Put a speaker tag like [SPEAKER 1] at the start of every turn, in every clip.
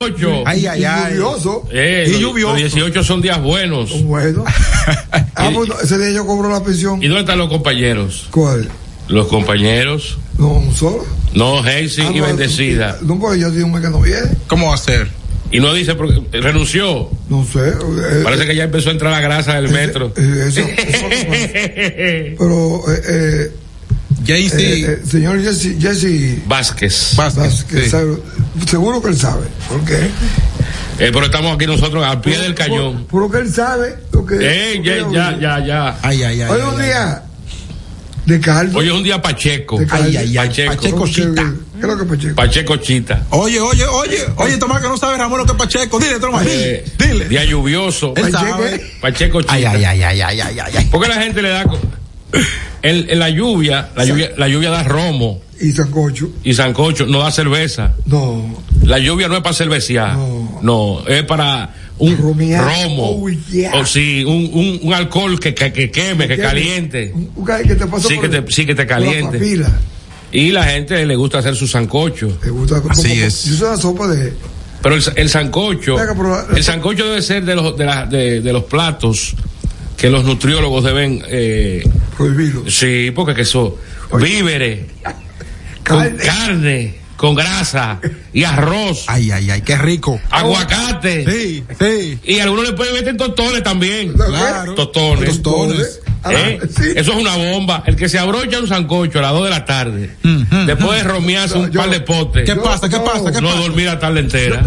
[SPEAKER 1] 18.
[SPEAKER 2] Ay, ay, ay.
[SPEAKER 3] Y lluvioso.
[SPEAKER 1] Eh,
[SPEAKER 2] Y
[SPEAKER 1] los-
[SPEAKER 2] lluvioso.
[SPEAKER 1] Los 18 son días buenos.
[SPEAKER 3] Bueno. Ah, pues, ese día yo cobro la pensión.
[SPEAKER 1] ¿Y dónde están los compañeros?
[SPEAKER 3] ¿Cuál?
[SPEAKER 1] Los compañeros.
[SPEAKER 3] No, un solo.
[SPEAKER 1] No, Hazy
[SPEAKER 3] Ah,
[SPEAKER 1] y
[SPEAKER 3] no,
[SPEAKER 1] Bendecida.
[SPEAKER 3] No, porque yo digo un mes que no viene.
[SPEAKER 2] ¿Cómo va a ser?
[SPEAKER 1] Y no dice, porque renunció.
[SPEAKER 3] No sé. eh,
[SPEAKER 1] Parece que ya empezó a entrar la grasa del metro.
[SPEAKER 3] eh, eso- eso no pasa. Pero, eh, eh,
[SPEAKER 2] Jaycee
[SPEAKER 3] eh, eh, señor Jesse, Jesse
[SPEAKER 1] Vázquez.
[SPEAKER 2] Vázquez,
[SPEAKER 3] Vázquez,
[SPEAKER 2] sí.
[SPEAKER 3] sabe- seguro que él sabe. Porque,
[SPEAKER 1] Eh, pero estamos aquí nosotros al pie del cañón.
[SPEAKER 3] porque él sabe lo que.
[SPEAKER 1] Eh,
[SPEAKER 3] lo que
[SPEAKER 1] ya,
[SPEAKER 3] yo
[SPEAKER 1] ya,
[SPEAKER 3] digo.
[SPEAKER 1] ya, ya.
[SPEAKER 2] Ay, ay, ay.
[SPEAKER 3] Hoy es un día de caldo.
[SPEAKER 1] Hoy es un día Pacheco.
[SPEAKER 3] De
[SPEAKER 2] Ay, ay, ay.
[SPEAKER 1] Pacheco.
[SPEAKER 3] Porque-
[SPEAKER 2] Pacheco. cosita.
[SPEAKER 3] Creo que Pacheco.
[SPEAKER 1] Pacheco Chita.
[SPEAKER 2] Oye, oye, oye. Oye, Tomás, que no sabe Ramón lo que es Pacheco. Dile, Tomás.
[SPEAKER 1] Eh,
[SPEAKER 2] Dile. dile.
[SPEAKER 1] Día lluvioso.
[SPEAKER 2] Él
[SPEAKER 3] Pacheco.
[SPEAKER 2] sabe.
[SPEAKER 1] Pacheco Chita.
[SPEAKER 2] Ay, ay, ay, ay, ay, ay, ay, ay.
[SPEAKER 1] ¿Por qué la gente le da... co- El, el- la lluvia, la lluvia, la lluvia da romo
[SPEAKER 3] Y Sancocho.
[SPEAKER 1] y sancocho, no da cerveza.
[SPEAKER 3] No.
[SPEAKER 1] La lluvia no es para cervecear, no,
[SPEAKER 3] No.
[SPEAKER 1] es para un
[SPEAKER 3] Rumiar.
[SPEAKER 1] romo,
[SPEAKER 3] Oh, yeah.
[SPEAKER 1] o sí, un, un, un alcohol que, que, que queme, que
[SPEAKER 3] ¿Qué?
[SPEAKER 1] caliente.
[SPEAKER 3] Un- un gal- que te pasó
[SPEAKER 1] Sí,
[SPEAKER 3] por-
[SPEAKER 1] que te- sí, que te
[SPEAKER 3] por la
[SPEAKER 1] caliente.
[SPEAKER 3] papila.
[SPEAKER 1] Y la gente le gusta hacer su sancocho.
[SPEAKER 3] Te gusta. como-
[SPEAKER 2] Así
[SPEAKER 3] como-
[SPEAKER 2] es.
[SPEAKER 3] Yo soy una sopa de.
[SPEAKER 1] Pero el, el sancocho,
[SPEAKER 3] Venga, pero eh, la-
[SPEAKER 1] el sancocho debe ser de los, de, la- de- de los platos que los nutriólogos deben, eh,
[SPEAKER 3] Prohibirlo.
[SPEAKER 1] sí, porque que eso, víveres, con
[SPEAKER 3] Carne.
[SPEAKER 1] carne, con grasa y arroz,
[SPEAKER 2] Ay, ay, ay, qué rico.
[SPEAKER 1] aguacate.
[SPEAKER 2] Sí, sí.
[SPEAKER 1] Y algunos le pueden meter tostones también.
[SPEAKER 2] Claro.
[SPEAKER 1] Tostones.
[SPEAKER 2] Tostones.
[SPEAKER 3] Ah,
[SPEAKER 1] ¿Eh?
[SPEAKER 3] sí.
[SPEAKER 1] Eso es una bomba. El que se abrocha un sancocho a las 2 de la tarde, después de romearse un
[SPEAKER 3] Yo-
[SPEAKER 1] par de potes,
[SPEAKER 2] ¿Qué
[SPEAKER 3] Yo-
[SPEAKER 2] pasa? ¿Qué
[SPEAKER 3] no.
[SPEAKER 2] pasa? ¿Qué
[SPEAKER 1] no
[SPEAKER 2] pasa?
[SPEAKER 1] dormir la tarde entera.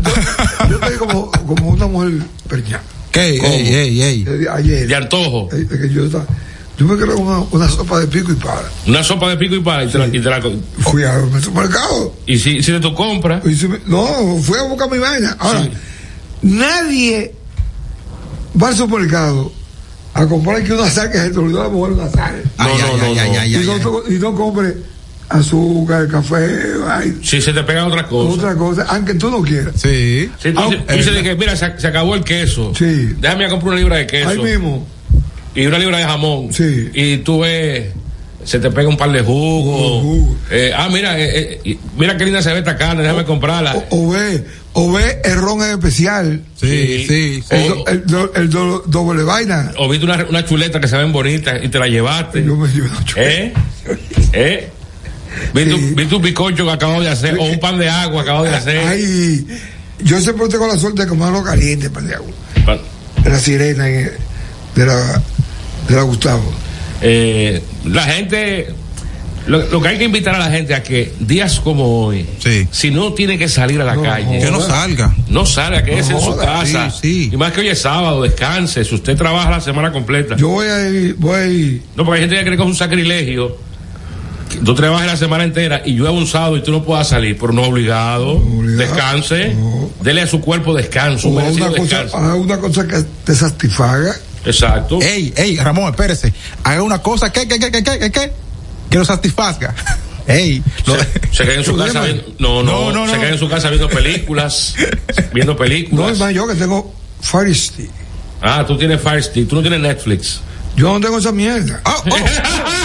[SPEAKER 3] Yo estoy como, como una mujer perñada.
[SPEAKER 2] ¿Qué? Ey, ey, ey.
[SPEAKER 3] Eh, Ayer.
[SPEAKER 1] De antojo.
[SPEAKER 3] eh, que yo, estaba- yo me quiero una, una sopa de pico y para.
[SPEAKER 1] Una sopa de pico y pala y, te la- y, te la-
[SPEAKER 3] Fui al supermercado.
[SPEAKER 1] y si, si te tu compra,
[SPEAKER 3] y se me- no, fui a buscar mi vaina. Ahora,
[SPEAKER 1] Sí.
[SPEAKER 3] nadie va al supermercado a comprar que una sal que se te olvidó la mujer una sal.
[SPEAKER 2] Ay,
[SPEAKER 1] No,
[SPEAKER 2] ay,
[SPEAKER 1] no,
[SPEAKER 2] ay,
[SPEAKER 1] no,
[SPEAKER 2] ay,
[SPEAKER 1] no.
[SPEAKER 2] ay,
[SPEAKER 3] y,
[SPEAKER 2] ay,
[SPEAKER 3] no,
[SPEAKER 2] ay.
[SPEAKER 3] to- y no compre azúcar, café, vaina,
[SPEAKER 1] si se te pegan otras cosas.
[SPEAKER 3] otra cosa, aunque tú no quieras.
[SPEAKER 2] Sí.
[SPEAKER 1] Si tú
[SPEAKER 3] Ah,
[SPEAKER 1] si-
[SPEAKER 3] es
[SPEAKER 1] tú
[SPEAKER 2] eh,
[SPEAKER 1] dices
[SPEAKER 3] verdad.
[SPEAKER 1] que, mira, se, se acabó el queso.
[SPEAKER 3] Sí.
[SPEAKER 1] Déjame a comprar una libra de
[SPEAKER 3] Ahí
[SPEAKER 1] queso
[SPEAKER 3] mismo.
[SPEAKER 1] y una libra de jamón.
[SPEAKER 3] Sí.
[SPEAKER 1] Y tú ves, se te pega un par de jugos.
[SPEAKER 3] Un jugo. Oh,
[SPEAKER 1] Eh, ah, mira, eh, eh, mira qué linda se ve esta carne, déjame comprarla.
[SPEAKER 3] O, o ve, o ve el ron en especial.
[SPEAKER 2] Sí, sí.
[SPEAKER 1] O-
[SPEAKER 3] El, do- el do- el do- doble vaina.
[SPEAKER 1] o viste una, una chuleta que se ven bonitas y te la llevaste.
[SPEAKER 3] Yo me llevo una chuleta.
[SPEAKER 1] ¿Eh? ¿Eh? ¿Viste, un,
[SPEAKER 3] Sí.
[SPEAKER 1] viste un bizcocho que acabo de hacer o un pan de agua que acabo
[SPEAKER 3] Ah,
[SPEAKER 1] de hacer?
[SPEAKER 3] Ay, yo siempre tengo la suerte de comerlo caliente, pan de agua.
[SPEAKER 1] Pa-
[SPEAKER 3] de la sirena eh, de la, de la Gustavo.
[SPEAKER 1] eh, la gente... Lo, lo que hay que invitar a la gente a que días como hoy,
[SPEAKER 2] Sí.
[SPEAKER 1] si no tiene que salir a la
[SPEAKER 3] No,
[SPEAKER 1] calle,
[SPEAKER 2] Que no salga.
[SPEAKER 1] no salga, que es en su
[SPEAKER 3] joda,
[SPEAKER 1] casa.
[SPEAKER 2] sí, sí.
[SPEAKER 1] Y más que hoy es sábado, descanse. Si usted trabaja la semana completa,
[SPEAKER 3] Yo voy a ir, voy
[SPEAKER 1] No, porque hay gente que cree que es un sacrilegio. que Tú trabajas la semana entera y llueve un sábado y tú no puedas salir, pero no obligado.
[SPEAKER 3] Obligado.
[SPEAKER 1] Descanse.
[SPEAKER 3] No.
[SPEAKER 1] Dele a su cuerpo descanso. un
[SPEAKER 3] o a
[SPEAKER 1] merecido
[SPEAKER 3] una, cosa,
[SPEAKER 1] descanso.
[SPEAKER 3] a Ah, una cosa que te satisfaga.
[SPEAKER 1] Exacto.
[SPEAKER 2] Ey, ey, Ramón, espérese. Haga una cosa que, que, que, que, que, que, que, que lo satisfazga. Ey. lo-
[SPEAKER 1] Se, se queda en su casa
[SPEAKER 3] Problema.
[SPEAKER 1] viendo, no, no,
[SPEAKER 2] No, no,
[SPEAKER 1] se
[SPEAKER 2] no.
[SPEAKER 1] queda en su casa viendo películas, viendo
[SPEAKER 3] No,
[SPEAKER 1] películas.
[SPEAKER 3] hermano, yo que tengo Faristi.
[SPEAKER 1] ah, tú tienes Fire Stick, tú no tienes Netflix.
[SPEAKER 3] Yo no tengo esa mierda. Ah,
[SPEAKER 2] Oh, oh.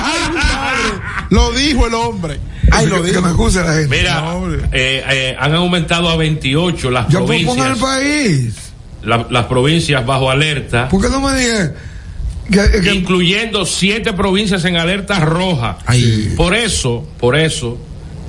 [SPEAKER 2] Ay, madre. Lo dijo el hombre. Ay, lo
[SPEAKER 3] que,
[SPEAKER 2] dijo.
[SPEAKER 3] que me acuse la gente.
[SPEAKER 1] Mira,
[SPEAKER 2] No, hombre.
[SPEAKER 1] eh, eh, han aumentado a 28 las
[SPEAKER 3] yo propongo al
[SPEAKER 1] provincias,
[SPEAKER 3] país.
[SPEAKER 1] la- las provincias bajo alerta,
[SPEAKER 3] ¿Por qué no me dije que, que-
[SPEAKER 1] incluyendo siete provincias en alerta roja.
[SPEAKER 2] Ay.
[SPEAKER 1] Por eso, por eso,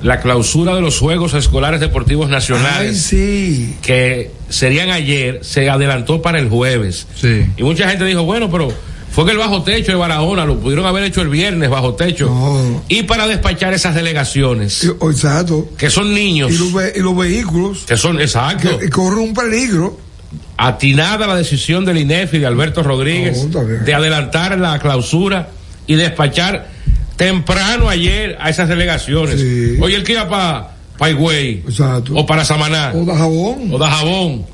[SPEAKER 1] la clausura de los Juegos Escolares Deportivos
[SPEAKER 3] Ay,
[SPEAKER 1] Nacionales,
[SPEAKER 3] sí.
[SPEAKER 1] que serían ayer, se adelantó para el jueves.
[SPEAKER 2] Sí.
[SPEAKER 1] Y mucha gente dijo, bueno, pero fue en el bajo techo de Barahona, lo pudieron haber hecho el viernes bajo techo.
[SPEAKER 3] No.
[SPEAKER 1] Y para despachar esas
[SPEAKER 3] Y-
[SPEAKER 1] delegaciones,
[SPEAKER 3] o- Exacto.
[SPEAKER 1] que son niños,
[SPEAKER 3] Y los, ve- y los vehículos
[SPEAKER 1] que son, exacto,
[SPEAKER 3] que, y corren un peligro.
[SPEAKER 1] atinada la decisión del INEFI de Alberto
[SPEAKER 3] No,
[SPEAKER 1] Rodríguez
[SPEAKER 3] está bien.
[SPEAKER 1] de adelantar la clausura y despachar temprano ayer a esas delegaciones.
[SPEAKER 3] Sí.
[SPEAKER 1] Oye, el que iba para Higüey
[SPEAKER 3] Exacto.
[SPEAKER 1] o para Samaná
[SPEAKER 3] O da jabón.
[SPEAKER 1] o Dajabón.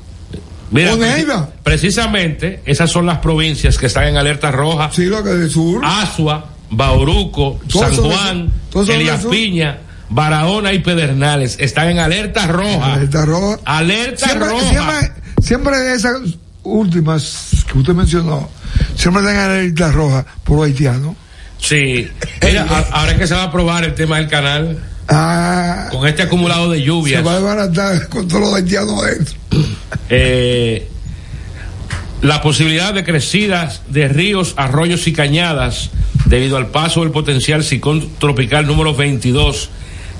[SPEAKER 1] Mira,
[SPEAKER 3] O Neiva.
[SPEAKER 1] preci- precisamente esas son las provincias que están en alerta roja.
[SPEAKER 3] Sí, lo que del sur.
[SPEAKER 1] Azua, Bauruco,
[SPEAKER 3] Todo
[SPEAKER 1] San
[SPEAKER 3] eso de-
[SPEAKER 1] Juan,
[SPEAKER 3] todo eso de
[SPEAKER 1] Elías
[SPEAKER 3] sur.
[SPEAKER 1] Piña, Barahona y Pedernales están en alerta roja.
[SPEAKER 3] Alerta roja.
[SPEAKER 1] Alerta
[SPEAKER 3] siempre,
[SPEAKER 1] roja.
[SPEAKER 3] Siempre, siempre de esas últimas que usted mencionó, siempre tengan alerta roja por los haitianos.
[SPEAKER 1] Sí. Mira, a- ahora es que se va a aprobar el tema del canal,
[SPEAKER 3] Ah,
[SPEAKER 1] Con este acumulado de
[SPEAKER 3] se
[SPEAKER 1] lluvias.
[SPEAKER 3] va a desbaratar con todos los haitianos adentro.
[SPEAKER 1] eh, la posibilidad de crecidas de ríos, arroyos y cañadas debido al paso del potencial ciclón tropical número 22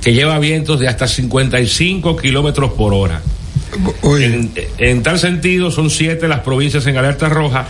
[SPEAKER 1] que lleva vientos de hasta 55 kilómetros por hora.
[SPEAKER 3] Oye,
[SPEAKER 1] En, en tal sentido, son siete las provincias en alerta roja,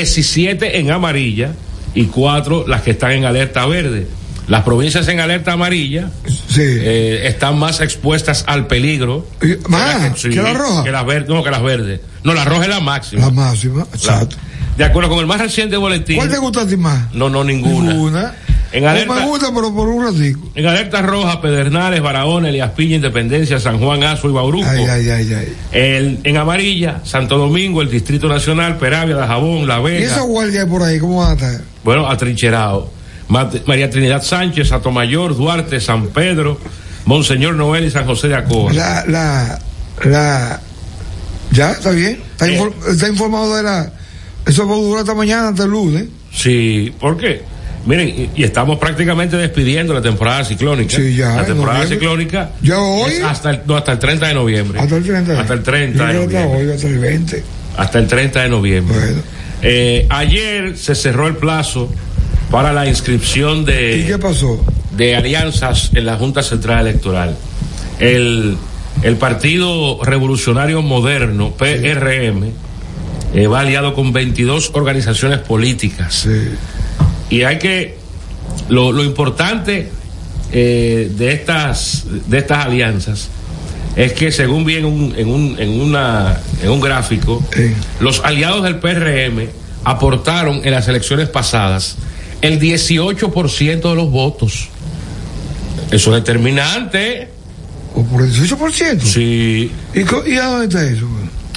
[SPEAKER 1] 17 en amarilla y cuatro las que están en alerta verde. Las provincias en alerta amarilla
[SPEAKER 3] sí.
[SPEAKER 1] eh, están más expuestas al peligro
[SPEAKER 3] Y- más,
[SPEAKER 1] las sí,
[SPEAKER 3] que la roja.
[SPEAKER 1] que las ver- no, que las verdes. No, la roja es la máxima.
[SPEAKER 3] la máxima,
[SPEAKER 1] La-
[SPEAKER 3] exacto.
[SPEAKER 1] de acuerdo con el más reciente boletín.
[SPEAKER 3] ¿Cuál te gusta a ti más?
[SPEAKER 1] No, no, ninguna. En
[SPEAKER 3] No
[SPEAKER 1] alerta-
[SPEAKER 3] me gusta, pero por un ratico.
[SPEAKER 1] En alerta roja, Pedernales, Barahona, Elías Piña, Independencia, San Juan, Azo y Bauruco.
[SPEAKER 3] Ay, ay, ay, ay.
[SPEAKER 1] El- en amarilla, Santo Domingo, el Distrito Nacional, Peravia, Dajabón, La
[SPEAKER 3] ¿Y
[SPEAKER 1] Vega,
[SPEAKER 3] esos guardias por ahí cómo van a estar?
[SPEAKER 1] bueno, atrincherado. Mate- María Trinidad Sánchez, Atomayor, Duarte, San Pedro, Monseñor Noel y San José de Acoa.
[SPEAKER 3] La, la, la. Ya, está bien. Está,
[SPEAKER 1] Eh.
[SPEAKER 3] infor- está informado de la. Eso va a durar hasta mañana, hasta el lunes.
[SPEAKER 1] Sí, ¿por qué? Miren, y, y estamos prácticamente despidiendo la temporada ciclónica.
[SPEAKER 3] Sí, ya,
[SPEAKER 1] La
[SPEAKER 3] en
[SPEAKER 1] temporada
[SPEAKER 3] noviembre.
[SPEAKER 1] ciclónica.
[SPEAKER 3] Ya hoy.
[SPEAKER 1] es Eh, Hasta el, no, hasta el 30 de noviembre.
[SPEAKER 3] Hasta el 30.
[SPEAKER 1] Hasta el 30
[SPEAKER 3] Yo
[SPEAKER 1] de
[SPEAKER 3] creo que hasta
[SPEAKER 1] noviembre.
[SPEAKER 3] hoy, hasta el 20.
[SPEAKER 1] Hasta el 30 de noviembre.
[SPEAKER 3] Bueno.
[SPEAKER 1] Eh, ayer se cerró el plazo para la inscripción de
[SPEAKER 3] ¿Y qué pasó?
[SPEAKER 1] de alianzas en la Junta Central Electoral. El, el Partido Revolucionario Moderno, PRM, eh, va aliado con 22 organizaciones políticas.
[SPEAKER 3] Sí.
[SPEAKER 1] Y hay que. Lo, lo importante eh, de, estas, de estas alianzas es que, según bien un- en, un, en, una, en un gráfico,
[SPEAKER 3] Sí.
[SPEAKER 1] los aliados del PRM aportaron en las elecciones pasadas el 18% de los votos. Eso es determinante.
[SPEAKER 3] ¿O por el 18%?
[SPEAKER 1] Sí.
[SPEAKER 3] ¿Y, co- ¿Y a dónde está eso?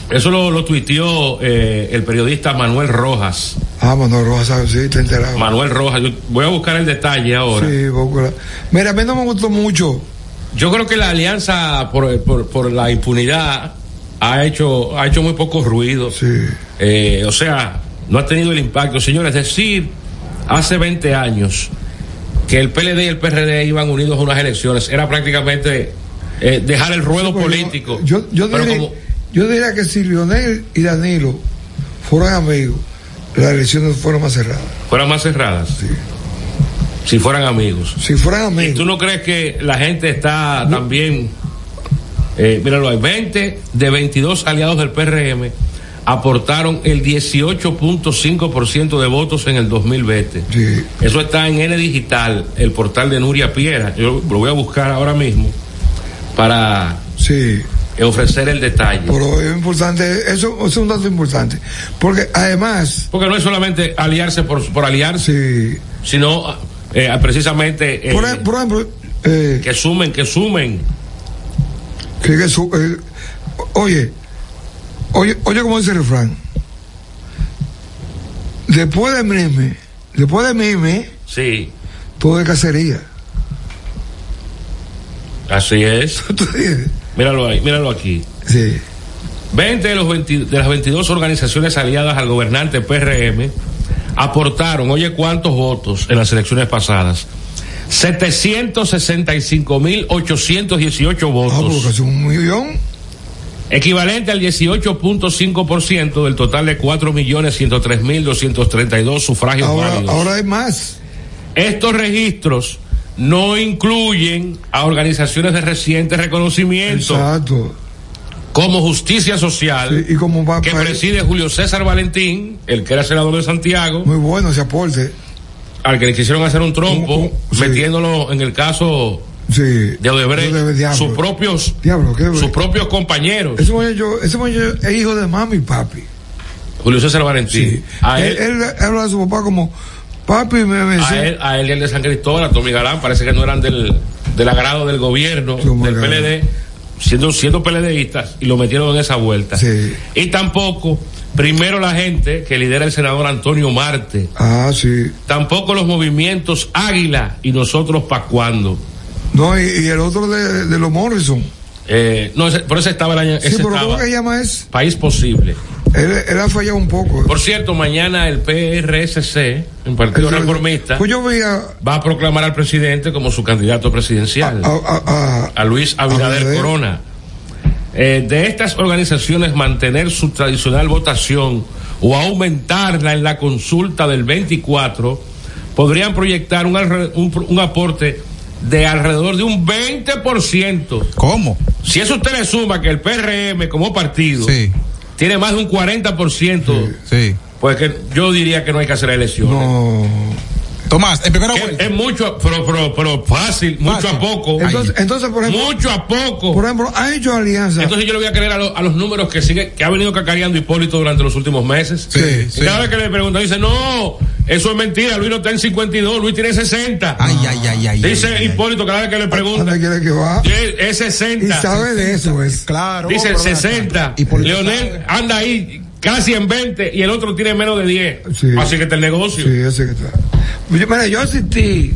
[SPEAKER 1] Eso lo, lo tuiteó eh, el periodista Manuel Rojas.
[SPEAKER 3] Ah, Manuel Rojas, ¿sabes? sí, está enterado.
[SPEAKER 1] Manuel Rojas, yo voy a buscar el detalle ahora.
[SPEAKER 3] Sí, Bócula. Mira, a mí no me gustó mucho.
[SPEAKER 1] Yo creo que la alianza por, por- por la impunidad ha hecho, ha hecho muy poco ruido.
[SPEAKER 3] Sí.
[SPEAKER 1] Eh, o sea, no ha tenido el impacto. Señores, es decir, hace 20 años que el PLD y el PRD iban unidos a unas elecciones era prácticamente eh, dejar el ruedo
[SPEAKER 3] Pero
[SPEAKER 1] político.
[SPEAKER 3] pues Yo, yo,
[SPEAKER 1] Pero
[SPEAKER 3] diré-
[SPEAKER 1] como-
[SPEAKER 3] yo diría que si Lionel y Danilo fueron amigos, las elecciones fueron más cerradas.
[SPEAKER 1] fueran más cerradas. Si fueran amigos.
[SPEAKER 3] Si
[SPEAKER 1] ¿Y
[SPEAKER 3] fueran
[SPEAKER 1] tú
[SPEAKER 3] amigos,
[SPEAKER 1] no crees que la gente está también? Eh, míralo, hay 20 de 22 aliados del PRM aportaron el 18.5% de votos en el 2020.
[SPEAKER 3] Sí.
[SPEAKER 1] Eso está en N Digital, el portal de Nuria Piera. Yo lo voy a buscar ahora mismo para
[SPEAKER 3] sí.
[SPEAKER 1] ofrecer el detalle.
[SPEAKER 3] Pero es importante, eso, eso es un dato importante. Porque además,
[SPEAKER 1] Porque no es solamente aliarse por, por aliarse,
[SPEAKER 3] sí.
[SPEAKER 1] sino eh, precisamente eh,
[SPEAKER 3] Por, e- por ejemplo, eh,
[SPEAKER 1] que sumen, que sumen.
[SPEAKER 3] que que su- eh, oye, oye, oye, como dice el refrán. Después de meme, después de meme,
[SPEAKER 1] Sí,
[SPEAKER 3] todo es cacería.
[SPEAKER 1] así es.
[SPEAKER 3] ¿Tú entiendes?
[SPEAKER 1] Míralo ahí, míralo aquí.
[SPEAKER 3] Sí.
[SPEAKER 1] 20 de, los 20 de las 22 organizaciones aliadas al gobernante PRM aportaron, oye, ¿cuántos votos en las elecciones pasadas? 765.818
[SPEAKER 3] Ah, porque
[SPEAKER 1] votos,
[SPEAKER 3] casi un millón.
[SPEAKER 1] equivalente al 18.5% del total de 4.103.232 sufragios
[SPEAKER 3] Ahora,
[SPEAKER 1] válidos.
[SPEAKER 3] ahora hay más.
[SPEAKER 1] Estos registros no incluyen a organizaciones de reciente reconocimiento,
[SPEAKER 3] Exacto.
[SPEAKER 1] como Justicia Social,
[SPEAKER 3] Sí, y como va
[SPEAKER 1] que
[SPEAKER 3] para-
[SPEAKER 1] preside Julio César Valentín, el que era senador de Santiago,
[SPEAKER 3] Muy bueno ese aporte.
[SPEAKER 1] al que le quisieron hacer un trompo,
[SPEAKER 3] ¿Cómo, cómo? Sí.
[SPEAKER 1] metiéndolo en el caso
[SPEAKER 3] Sí.
[SPEAKER 1] de Odebrecht,
[SPEAKER 3] Odebrecht, diablo.
[SPEAKER 1] sus propios
[SPEAKER 3] Diablo, qué
[SPEAKER 1] sus propios compañeros,
[SPEAKER 3] Ese muchacho, ese muchacho es hijo de mami y papi.
[SPEAKER 1] Julio César Valentín, a
[SPEAKER 3] Él,
[SPEAKER 1] él,
[SPEAKER 3] él, habla de su papá como papi me
[SPEAKER 1] a
[SPEAKER 3] besé.
[SPEAKER 1] él, a él y el de San Cristóbal, a Tommy Galán, parece que no eran del, del agrado del gobierno,
[SPEAKER 3] Sí, hombre,
[SPEAKER 1] del PLD, siendo, siendo PLDistas, y lo metieron en esa vuelta.
[SPEAKER 3] Sí.
[SPEAKER 1] Y tampoco, primero la gente que lidera el senador Antonio Marte,
[SPEAKER 3] Ah, sí.
[SPEAKER 1] tampoco los movimientos Águila y nosotros pa' cuándo.
[SPEAKER 3] No, y, y el otro de, de los Morrison.
[SPEAKER 1] Eh, no, ese- por eso estaba el año.
[SPEAKER 3] sí,
[SPEAKER 1] ese
[SPEAKER 3] pero
[SPEAKER 1] estaba.
[SPEAKER 3] ¿cómo que llama es?
[SPEAKER 1] País posible.
[SPEAKER 3] Él, él ha fallado un poco.
[SPEAKER 1] Por cierto, mañana el PRSC, el Partido
[SPEAKER 3] Entonces,
[SPEAKER 1] Reformista,
[SPEAKER 3] Pues yo vi a-
[SPEAKER 1] va a proclamar al presidente como su candidato presidencial.
[SPEAKER 3] a- a- a-
[SPEAKER 1] a Luis
[SPEAKER 3] A
[SPEAKER 1] Abinader
[SPEAKER 3] ver.
[SPEAKER 1] Corona. Eh, de estas organizaciones mantener su tradicional votación o aumentarla en la consulta del 24 podrían proyectar un, alre- un pro- un aporte de alrededor de un 20%.
[SPEAKER 2] ¿Cómo?
[SPEAKER 1] Si eso usted le suma que el PRM como partido
[SPEAKER 2] Sí.
[SPEAKER 1] tiene más de un 40%,
[SPEAKER 2] Sí.
[SPEAKER 1] pues que yo diría que no hay que hacer elecciones.
[SPEAKER 3] no.
[SPEAKER 2] Tomás, en primera
[SPEAKER 1] Que
[SPEAKER 2] vuelta.
[SPEAKER 1] es mucho, a- pero, pero- pero fácil, mucho
[SPEAKER 2] Fácil.
[SPEAKER 1] a poco.
[SPEAKER 3] Entonces,
[SPEAKER 2] Ay.
[SPEAKER 3] entonces, por ejemplo,
[SPEAKER 1] mucho a poco.
[SPEAKER 3] por ejemplo, ha hecho alianza.
[SPEAKER 1] Entonces yo le voy a creer a, lo- a los números que sigue, que ha venido cacareando Hipólito durante los últimos meses.
[SPEAKER 2] Sí,
[SPEAKER 1] Y
[SPEAKER 2] sí.
[SPEAKER 1] Cada vez que le preguntan, dice, no, eso es mentira, Luis no está en 52, Luis tiene 60.
[SPEAKER 2] Ay, ay, ay, ay.
[SPEAKER 1] dice
[SPEAKER 2] ay, ay, ay.
[SPEAKER 1] Hipólito cada vez que le
[SPEAKER 3] ¿Dónde
[SPEAKER 1] preguntan,
[SPEAKER 3] quiere que va?
[SPEAKER 1] "Eh, es
[SPEAKER 3] Y
[SPEAKER 1] 60.
[SPEAKER 3] sabe de eso, pues. es.
[SPEAKER 2] Claro.
[SPEAKER 1] Dice
[SPEAKER 2] pero ven acá.
[SPEAKER 1] 60.
[SPEAKER 2] Hipólito
[SPEAKER 1] Leonel
[SPEAKER 2] sabe.
[SPEAKER 1] anda ahí casi en 20 y el otro tiene menos de 10.
[SPEAKER 3] Sí.
[SPEAKER 1] Así que está el negocio.
[SPEAKER 3] Sí, ese que está. Yo, mira, yo asistí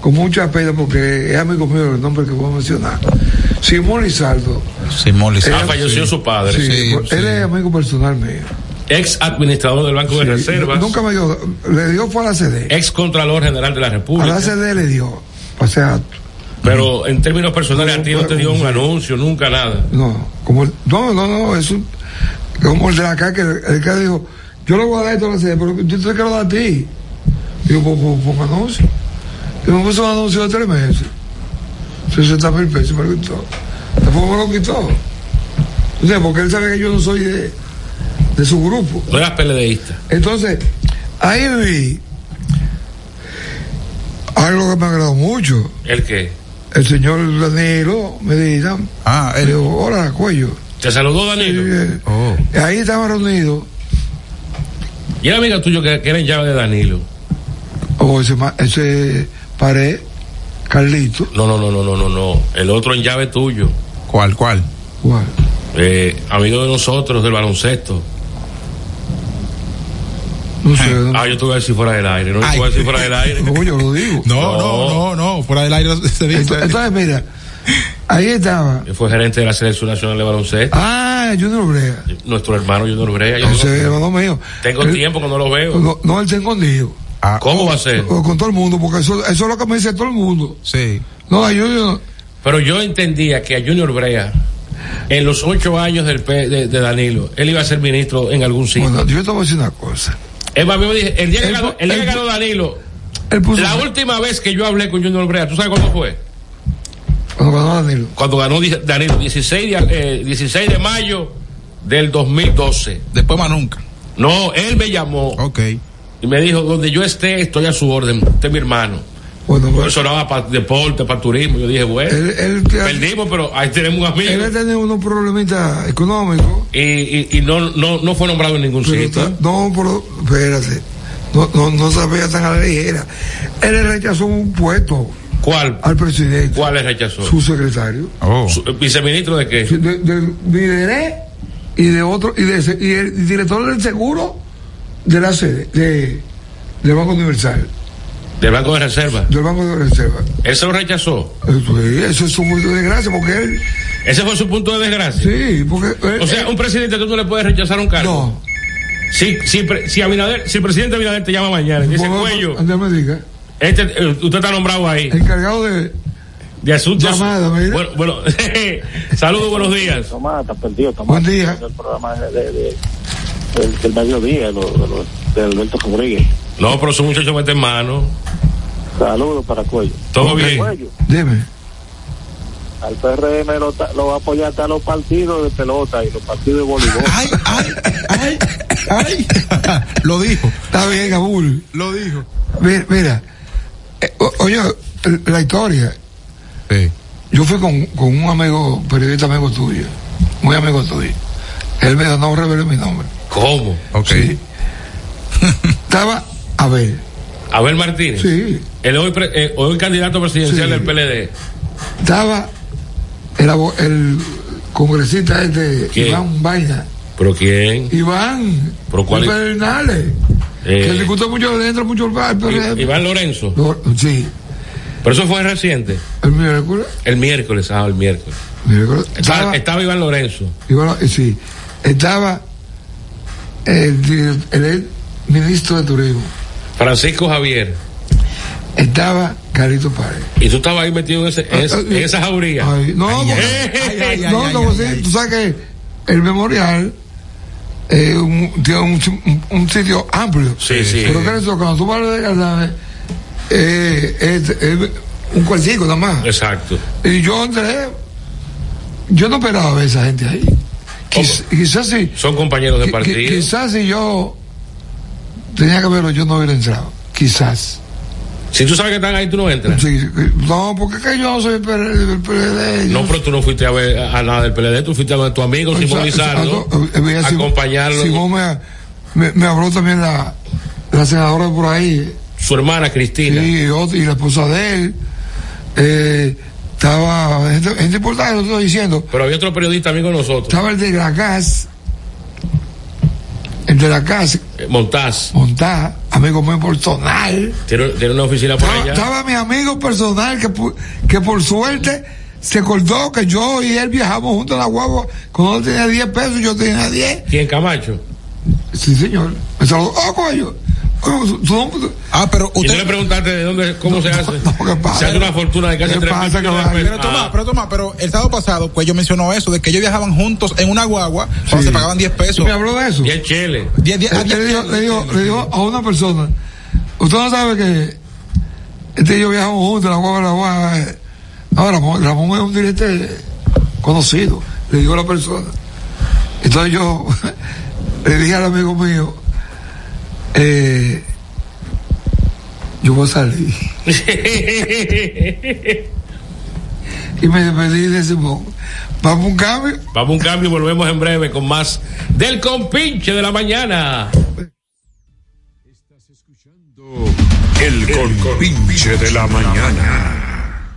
[SPEAKER 3] con mucha pena porque es amigo mío el nombre que voy a mencionar. Simón Lizardo.
[SPEAKER 2] Simón Lizardo.
[SPEAKER 1] Ah, falleció su padre,
[SPEAKER 3] Sí, pues,
[SPEAKER 2] Sí,
[SPEAKER 3] él
[SPEAKER 2] sí.
[SPEAKER 3] es amigo personal mío.
[SPEAKER 1] ex administrador del Banco de Reservas,
[SPEAKER 3] Nunca me dio, le dio fue a la CD.
[SPEAKER 1] ex contralor general de la
[SPEAKER 3] A la
[SPEAKER 1] República.
[SPEAKER 3] CD le dio. O sea,
[SPEAKER 1] Pero en términos personales a ti no te dio un
[SPEAKER 3] Sí.
[SPEAKER 1] anuncio, nunca nada.
[SPEAKER 3] no, como el- no, no, no, es un- como el de la CAC, el, el que dijo, yo le voy a dar esto a la CD, pero yo te quiero dar a ti. Digo, pues pues, pues, anuncio. Y me puso un anuncio de tres meses. 60 mil pesos me lo quitó. Después me lo quitó. O sea, porque él sabe que yo no soy de, de su grupo.
[SPEAKER 1] No eras peledeísta.
[SPEAKER 3] Entonces, ahí vi algo que me agradó mucho.
[SPEAKER 1] ¿El que
[SPEAKER 3] El señor Danilo me dijo,
[SPEAKER 2] Ah,
[SPEAKER 3] le
[SPEAKER 2] él.
[SPEAKER 3] digo, hola, cuello.
[SPEAKER 1] ¿Te saludó Danilo?
[SPEAKER 3] Eh,
[SPEAKER 2] Oh.
[SPEAKER 3] Ahí estaban reunidos,
[SPEAKER 1] Y era amiga tuyo que, que era en llave de Danilo.
[SPEAKER 3] o ese, ma- ese pared, Carlito,
[SPEAKER 1] No, no, no, no, no, no, no. El otro en llave tuyo.
[SPEAKER 2] ¿Cuál, cuál?
[SPEAKER 3] ¿cuál?
[SPEAKER 1] Eh, amigo de nosotros, del baloncesto.
[SPEAKER 3] no sé, no,
[SPEAKER 1] Ah, yo te voy a decir fuera del aire. No yo te
[SPEAKER 2] Ay.
[SPEAKER 1] voy a decir fuera del aire.
[SPEAKER 3] no, yo lo digo.
[SPEAKER 2] No,
[SPEAKER 1] No.
[SPEAKER 2] no, no, no. Fuera del aire se dice.
[SPEAKER 3] Entonces, entonces, mira, ahí estaba,
[SPEAKER 1] Que fue gerente de la Selección Nacional de Baloncesto.
[SPEAKER 3] ah, Junior Brea,
[SPEAKER 1] Nuestro hermano Junior Brea. Yo
[SPEAKER 3] ese
[SPEAKER 1] tengo,
[SPEAKER 3] hermano mío.
[SPEAKER 1] tengo
[SPEAKER 3] Él-
[SPEAKER 1] tiempo que no lo veo.
[SPEAKER 3] No, no, él está escondido,
[SPEAKER 2] Ah,
[SPEAKER 1] ¿Cómo va a ser?
[SPEAKER 3] o con todo el mundo, porque eso, eso es lo que me dice todo el mundo.
[SPEAKER 2] Sí.
[SPEAKER 3] No, a Junior,
[SPEAKER 1] Pero yo entendía que a Junior Brea, en los ocho años del P- de, de Danilo, él iba a ser ministro en algún sitio.
[SPEAKER 3] bueno, yo te voy a decir una cosa.
[SPEAKER 1] Es más, yo dije, el día que
[SPEAKER 3] Él-
[SPEAKER 1] ganó- el día que
[SPEAKER 3] él-
[SPEAKER 1] ganó Danilo,
[SPEAKER 3] Él puso,
[SPEAKER 1] La última vez que yo hablé con Junior Brea, ¿tú sabes cuándo fue?
[SPEAKER 3] cuando ganó Danilo,
[SPEAKER 1] Cuando ganó Di- Danilo, 16 de, eh, 16 de mayo del 2012.
[SPEAKER 2] Después más nunca.
[SPEAKER 1] No, él me llamó
[SPEAKER 2] Ok.
[SPEAKER 1] y me dijo, donde yo esté, estoy a su orden, usted es mi hermano.
[SPEAKER 3] bueno,
[SPEAKER 1] Yo
[SPEAKER 3] pues,
[SPEAKER 1] sonaba para deporte, para turismo, yo dije, bueno,
[SPEAKER 3] él, él,
[SPEAKER 1] perdimos, pero ahí tenemos un
[SPEAKER 3] Él ha
[SPEAKER 1] amigo.
[SPEAKER 3] tenido unos problemitas económicos.
[SPEAKER 1] Y, y- y no, no, no fue nombrado en ningún
[SPEAKER 3] pero
[SPEAKER 1] sitio.
[SPEAKER 3] ta- no, pero espérate. No, no, no sabía tan a la ligera. Él le rechazó un puesto
[SPEAKER 1] ¿Cuál?
[SPEAKER 3] al presidente,
[SPEAKER 1] ¿Cuál le rechazó?
[SPEAKER 3] su secretario,
[SPEAKER 2] Oh.
[SPEAKER 1] Su- eh, ¿Viceministro de qué?
[SPEAKER 3] de- del Mideré y de otro, y, de, ese- y el director del seguro de la sede, de, del Banco Universal,
[SPEAKER 1] ¿Del Banco de Reserva?
[SPEAKER 3] del Banco de Reserva.
[SPEAKER 1] Él se lo rechazó.
[SPEAKER 3] Eso, es- eso es un punto de desgracia, porque él,
[SPEAKER 1] Ese fue su punto de desgracia.
[SPEAKER 3] sí, porque él,
[SPEAKER 1] O sea, un presidente tú no le puedes rechazar un cargo.
[SPEAKER 3] no,
[SPEAKER 1] Si, si, pre- si, Abinader- si el presidente Abinader te llama mañana y dice,
[SPEAKER 3] Bueno, pues,
[SPEAKER 1] cuello,
[SPEAKER 3] Andrés me diga,
[SPEAKER 1] este, eh, usted está nombrado ahí,
[SPEAKER 3] encargado de,
[SPEAKER 1] de asuntos.
[SPEAKER 3] Llamada, mira.
[SPEAKER 1] bueno, bueno, saludos, buenos días.
[SPEAKER 4] Tomás, está perdido, Tomás.
[SPEAKER 3] Buen día.
[SPEAKER 4] pues, El programa de, de- de- del, del mediodía, de, lo- de lo- de Alberto Rodríguez.
[SPEAKER 1] No, pero son muchachos meten mano.
[SPEAKER 4] Saludos para Cuello.
[SPEAKER 1] Todo bien.
[SPEAKER 4] Cuello,
[SPEAKER 3] dime.
[SPEAKER 4] al PRM lo, ta- lo va a apoyar hasta los partidos de pelota y los partidos de voleibol.
[SPEAKER 2] Ay, ay, ay, ay. Lo dijo.
[SPEAKER 3] Está bien, Gabul.
[SPEAKER 2] Lo dijo.
[SPEAKER 3] Mira, mira. eh, o- oye, el- la historia.
[SPEAKER 2] Sí.
[SPEAKER 3] Yo fui con, con un amigo, periodista amigo tuyo, muy amigo tuyo. Él me dijo, no revele mi nombre.
[SPEAKER 1] ¿Cómo?
[SPEAKER 2] Ok.
[SPEAKER 3] Sí. Estaba Abel.
[SPEAKER 1] Abel Martínez.
[SPEAKER 3] Sí.
[SPEAKER 1] El hoy, pre- eh, hoy candidato presidencial
[SPEAKER 3] Sí.
[SPEAKER 1] del PLD.
[SPEAKER 3] Estaba el, abo- el congresista este,
[SPEAKER 1] ¿Quién?
[SPEAKER 3] Iván Vaina.
[SPEAKER 1] ¿Pero quién?
[SPEAKER 3] Iván.
[SPEAKER 1] ¿Pero cuál
[SPEAKER 3] de
[SPEAKER 1] es?
[SPEAKER 3] Pedernales.
[SPEAKER 1] Eh.
[SPEAKER 3] Que discute mucho dentro, mucho el bar. pero-
[SPEAKER 1] I- Iván Lorenzo.
[SPEAKER 3] No, sí.
[SPEAKER 1] Pero eso fue reciente.
[SPEAKER 3] El miércoles.
[SPEAKER 1] El miércoles, ah, el miércoles.
[SPEAKER 3] miércoles.
[SPEAKER 1] Estaba, estaba Iván Lorenzo.
[SPEAKER 3] Y bueno, eh, sí, estaba el, dir- el ex ministro de Turismo,
[SPEAKER 1] Francisco Javier.
[SPEAKER 3] estaba Carito Párez.
[SPEAKER 1] Y tú estabas ahí metido en, ese- en esa- en esa jauría.
[SPEAKER 3] Ay, no,
[SPEAKER 2] Ay,
[SPEAKER 3] porque-
[SPEAKER 1] ay, ay,
[SPEAKER 3] no,
[SPEAKER 2] ay,
[SPEAKER 3] como
[SPEAKER 2] ay,
[SPEAKER 3] si-
[SPEAKER 2] ay.
[SPEAKER 3] tú sabes que el memorial eh, un- tiene un, chi- un- un sitio amplio.
[SPEAKER 1] Sí, sí.
[SPEAKER 3] Pero que eso, cuando tú vas de Casabe, eh, es, es un cuartico nada más.
[SPEAKER 1] Exacto.
[SPEAKER 3] Y yo entré, yo no esperaba ver esa gente ahí. Quiz- quizás sí.
[SPEAKER 1] Son compañeros de
[SPEAKER 3] Qui- qui-
[SPEAKER 1] partido.
[SPEAKER 3] Quizás si yo tenía que verlo, yo no hubiera entrado. Quizás.
[SPEAKER 1] Si tú sabes que están ahí, tú no entras.
[SPEAKER 3] Sí, no, porque es que yo no soy del PLD.
[SPEAKER 1] No,
[SPEAKER 3] yo-
[SPEAKER 1] pero tú no fuiste a ver a a nada del PLD, tú fuiste a ver a tu amigo Simón Lizardo,
[SPEAKER 3] Exacto, eh, veía
[SPEAKER 1] a
[SPEAKER 3] Simón-
[SPEAKER 1] acompañarlo,
[SPEAKER 3] Simón me, me, me habló también la, la senadora por ahí,
[SPEAKER 1] su hermana Cristina.
[SPEAKER 3] y, ot- y la esposa de él. eh, estaba gente, gente importante, lo estoy diciendo.
[SPEAKER 1] Pero había otro periodista amigo de nosotros,
[SPEAKER 3] Estaba el de la CAS, el de la CAS,
[SPEAKER 1] eh, Montaz,
[SPEAKER 3] Montá, amigo mío personal.
[SPEAKER 1] tiene, tiene una oficina por
[SPEAKER 3] Estaba,
[SPEAKER 1] allá.
[SPEAKER 3] estaba mi amigo personal que, pu- que por suerte se acordó que yo y él viajamos juntos en la guagua. Cuando él tenía 10 pesos, yo tenía 10.
[SPEAKER 1] ¿Quién Camacho?
[SPEAKER 3] Sí, señor. Me saludó. ¡Oh, coño! Coño, ¿Tú, tú, tú,
[SPEAKER 2] Ah, pero
[SPEAKER 1] Y tú le
[SPEAKER 2] usted.
[SPEAKER 1] preguntaste de dónde, cómo se hace.
[SPEAKER 3] no, ¿qué pasa?
[SPEAKER 1] Se hace una fortuna de casi
[SPEAKER 3] ¿Qué
[SPEAKER 1] tres
[SPEAKER 3] pasa,
[SPEAKER 1] millones de
[SPEAKER 3] caballo?
[SPEAKER 1] pesos.
[SPEAKER 2] Pero Tomás,
[SPEAKER 1] Ah,
[SPEAKER 2] pero Tomás, pero el sábado pasado, pues yo mencionó eso, de que ellos viajaban juntos en una guagua, cuando
[SPEAKER 3] Sí.
[SPEAKER 2] se pagaban 10 pesos.
[SPEAKER 3] ¿Me habló de eso?
[SPEAKER 1] y el Chele.
[SPEAKER 2] Diez- diez- ah,
[SPEAKER 3] Él-
[SPEAKER 2] diez-
[SPEAKER 3] él dijo- le, dijo, le dijo a una persona: Usted no sabe que este y yo viajamos juntos en la guagua, en la guagua. eh. No, Ramón, Ramón es un dirigente conocido, le dijo la persona. Entonces yo le dije al amigo mío: eh, Yo voy a salir. Y me despedí de ese modo. Vamos a un cambio.
[SPEAKER 1] Vamos a un cambio y volvemos en breve con más del compinche de la mañana.
[SPEAKER 5] El compinche de la mañana.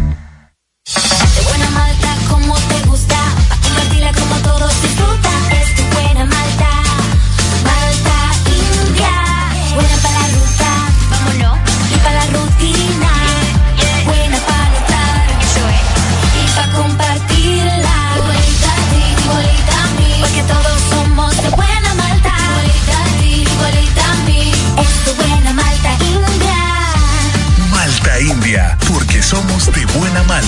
[SPEAKER 6] De buena malta como te gusta, pa' compartirla como todos disfrutan. Es tu buena malta, malta india. Buena para la ruta, vámonos. Y para la rutina, buena para estar. Eso es. Y para compartirla, igualita a ti, igualita a mí. Porque todos somos de buena malta, igualita a ti, igualita a mí. Es tu buena malta india.
[SPEAKER 7] Malta India, porque somos de buena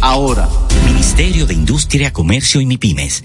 [SPEAKER 8] ahora.
[SPEAKER 9] Ministerio de Industria, Comercio y MIPIMES.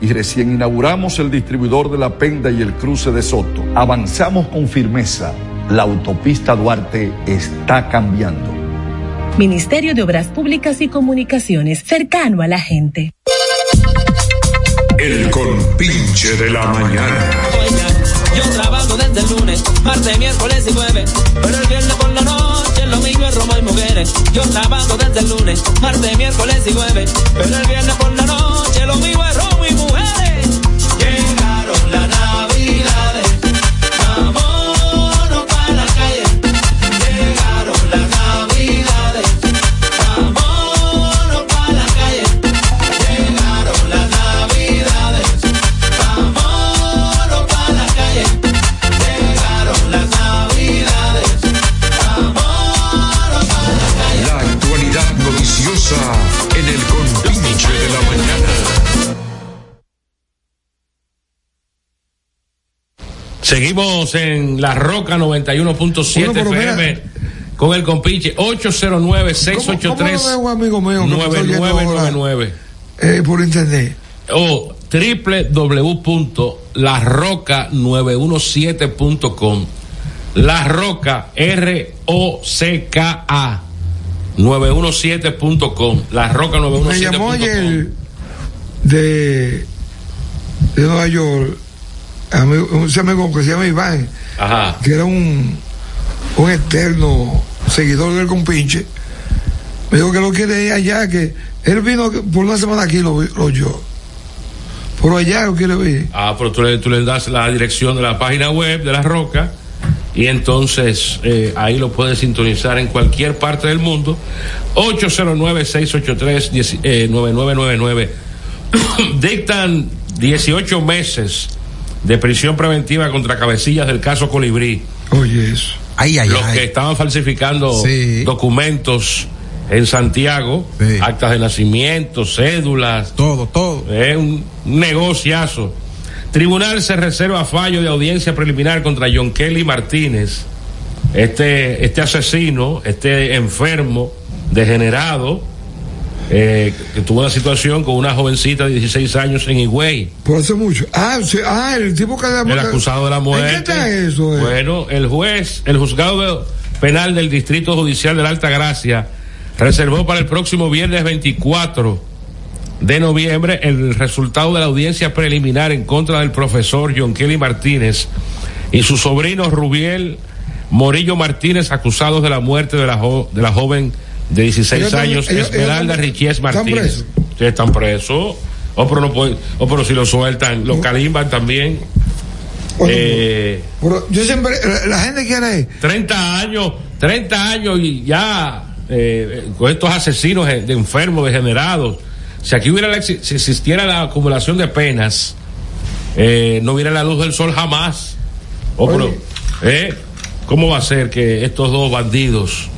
[SPEAKER 7] y recién inauguramos el distribuidor de la Penda y el cruce de Soto. Avanzamos con firmeza. La autopista Duarte está cambiando.
[SPEAKER 10] Ministerio de Obras Públicas y Comunicaciones, cercano a la gente.
[SPEAKER 5] El compinche de la mañana.
[SPEAKER 11] Yo trabajo desde el lunes, martes, miércoles y jueves, pero el viernes por la noche lo mío es Roma y mujeres. Yo trabajo desde el lunes, martes, miércoles y jueves, pero el viernes por la noche lo mío es Roma y mujeres. Llegaron las navidades, vámonos para la calle. Llegaron las navidades.
[SPEAKER 1] Seguimos en La Roca
[SPEAKER 3] Bueno,
[SPEAKER 1] 91.7
[SPEAKER 3] pero mira-
[SPEAKER 1] FM con el compinche 809 683
[SPEAKER 3] ¿Cómo- cómo lo veo, amigo mío, que me está oyendo ahora?
[SPEAKER 1] 9999
[SPEAKER 3] Eh, por internet.
[SPEAKER 1] o www.larroca917.com La Roca R O C K A 917.com La Roca
[SPEAKER 3] Me llamó
[SPEAKER 1] 917.com
[SPEAKER 3] ayer de, de Nueva York amigo- un amigo que se llama Iván,
[SPEAKER 1] Ajá.
[SPEAKER 3] que era un, un eterno seguidor del compinche. Me dijo que lo quiere ir allá, que él vino que- por una semana aquí, lo, vi- lo oyó. Por allá lo quiere ver.
[SPEAKER 1] Ah, pero tú le, tú le das la dirección de la página web de La Roca y entonces eh, ahí lo puedes sintonizar en cualquier parte del mundo. eh, 809-683-9999. Dictan 18 meses de prisión preventiva contra cabecillas del caso Colibrí.
[SPEAKER 3] Oye, eso.
[SPEAKER 1] Los que estaban falsificando documentos en Santiago, actas de nacimiento, cédulas.
[SPEAKER 2] Todo, todo.
[SPEAKER 1] Es un negociazo. Tribunal se reserva fallo de audiencia preliminar contra John Kelly Martínez, este, este asesino, este enfermo, degenerado, eh, que tuvo una situación con una jovencita de 16 años en Higüey.
[SPEAKER 3] Por hace mucho. Ah, sí, ah, el tipo que
[SPEAKER 1] El acusado de la muerte.
[SPEAKER 3] ¿En qué está eso? eh?
[SPEAKER 1] Bueno, el juez, el juzgado de- penal del Distrito Judicial de la Alta Gracia reservó para el próximo viernes 24 de noviembre el resultado de la audiencia preliminar en contra del profesor John Kelly Martínez y su sobrino Rubiel Morillo Martínez acusados de la muerte de la, jo- de la joven de 16
[SPEAKER 12] Ellos están-
[SPEAKER 1] años
[SPEAKER 12] ellos- ellos
[SPEAKER 1] Esmeralda
[SPEAKER 12] están-
[SPEAKER 1] Riquies
[SPEAKER 12] están
[SPEAKER 1] Martínez.
[SPEAKER 12] presos.
[SPEAKER 1] Sí, están presos. O pero, no pueden- o pero si lo sueltan, lo calimban también. Eh,
[SPEAKER 3] Pero yo siempre, la, la gente quiere.
[SPEAKER 1] 30 años, 30 años y ya eh, eh, con estos asesinos eh, de enfermos, degenerados. Si aquí hubiera la exi- si existiera la acumulación de penas, eh, no hubiera la luz del sol jamás. Oh, pero, eh, ¿Cómo va a ser que estos dos bandidos?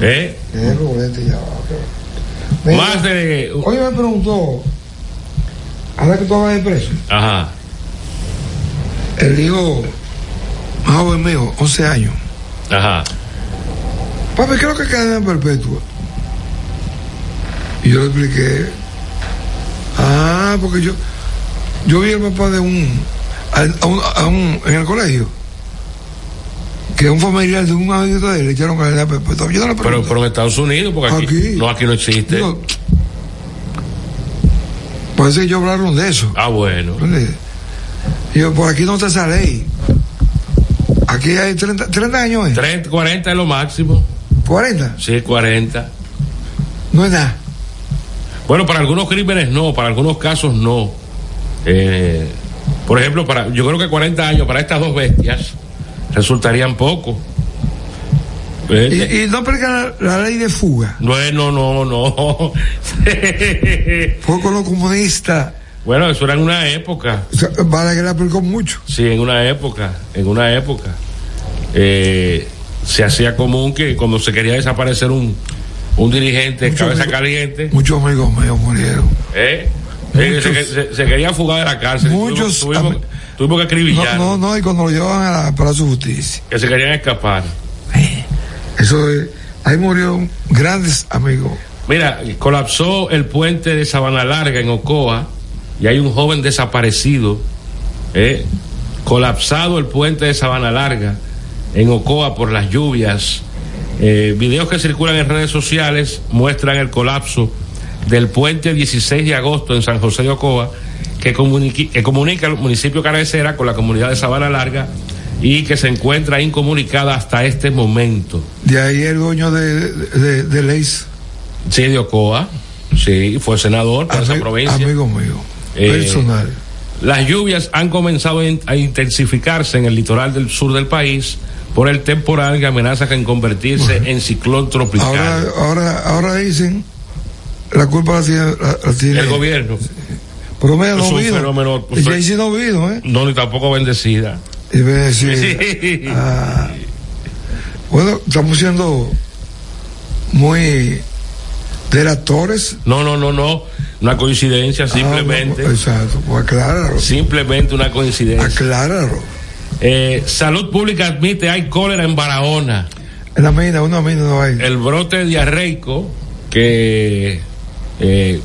[SPEAKER 1] eh,
[SPEAKER 3] Eh, Rubén, ya va, pero- Mira,
[SPEAKER 1] Más de.
[SPEAKER 3] Hoy me preguntó, ahora que tú vas de preso,
[SPEAKER 1] Ajá.
[SPEAKER 3] el hijo más joven mío, 11 años,
[SPEAKER 1] Ajá.
[SPEAKER 3] papi, creo que cadena perpetua. Y yo le expliqué, ah, porque yo, yo vi al papá de un, al- a un, a un- en el colegio, que un familiar de un amigo de él le echaron cadena perpetua. Yo Ah, no le
[SPEAKER 1] Pero, pero en Estados Unidos, porque aquí, no, aquí no existe.
[SPEAKER 3] Parece que Pues ellos hablaron de eso.
[SPEAKER 1] Ah, bueno.
[SPEAKER 3] ¿Entiendes? Y Yo, por aquí no te esa ley. Aquí hay 30, 30 años. ¿eh?
[SPEAKER 1] 30, 40 es lo máximo.
[SPEAKER 3] 40.
[SPEAKER 1] Sí, 40.
[SPEAKER 3] No es nada.
[SPEAKER 1] Bueno, para algunos crímenes no, para algunos casos no. Eh, por ejemplo, para yo creo que 40 años para estas dos bestias resultarían poco. Eh, eh,
[SPEAKER 3] Y, y no aplica la, la ley de fuga.
[SPEAKER 1] Bueno, no, no.
[SPEAKER 3] Poco los comunistas.
[SPEAKER 1] Bueno, eso era en una época.
[SPEAKER 3] o sea, Vale que la aplicó mucho.
[SPEAKER 1] Sí, en una época. En una época. Eh, se hacía común que cuando se quería desaparecer un, un dirigente de cabeza caliente,
[SPEAKER 3] Muchos amigos míos murieron.
[SPEAKER 1] eh, eh, se, se- se quería fugar de la cárcel.
[SPEAKER 3] Muchos
[SPEAKER 1] Tuvimos, tuvimos- tuvimos que
[SPEAKER 3] No,
[SPEAKER 1] acribillar.
[SPEAKER 3] no, no, y cuando lo llevan a la Palacio de Justicia.
[SPEAKER 1] que se querían escapar.
[SPEAKER 3] Eso es, ahí murieron grandes amigos.
[SPEAKER 1] Mira, colapsó el puente de Sabana Larga en Ocoa y hay un joven desaparecido. ¿eh? Colapsado el puente de Sabana Larga en Ocoa por las lluvias. Eh, videos que circulan en redes sociales muestran el colapso del puente 16 de agosto en San José de Ocoa que, comuniqui- que comunica el municipio Cabecera con la comunidad de Sabana Larga y que se encuentra incomunicada hasta este momento.
[SPEAKER 3] De ahí el dueño de, de, de Leis,
[SPEAKER 1] Sí, de Ocoa. Sí, fue senador para esa provincia.
[SPEAKER 3] amigo mío,
[SPEAKER 1] Eh,
[SPEAKER 3] personal.
[SPEAKER 1] Las lluvias han comenzado en- a intensificarse en el litoral del sur del país por el temporal que amenaza con convertirse en ciclón tropical.
[SPEAKER 3] Ahora, ahora, ahora dicen, la culpa la tiene, la- la tiene-
[SPEAKER 1] el gobierno.
[SPEAKER 3] Pero mira, no
[SPEAKER 1] es un
[SPEAKER 3] vino.
[SPEAKER 1] fenómeno. pues,
[SPEAKER 3] Y Jay-Z no vino, ¿eh?
[SPEAKER 1] No, ni tampoco bendecida.
[SPEAKER 3] Y me decía,
[SPEAKER 1] Sí.
[SPEAKER 3] ah, bueno, estamos siendo muy delatores.
[SPEAKER 1] No, no, no, no. Una
[SPEAKER 3] Ah,
[SPEAKER 1] coincidencia simplemente.
[SPEAKER 3] Exacto, pues acláralo.
[SPEAKER 1] Simplemente una coincidencia.
[SPEAKER 3] Acláralo.
[SPEAKER 1] Eh, salud pública admite hay cólera en Barahona.
[SPEAKER 3] En la mina, una mina no hay.
[SPEAKER 1] El brote diarreico que eh,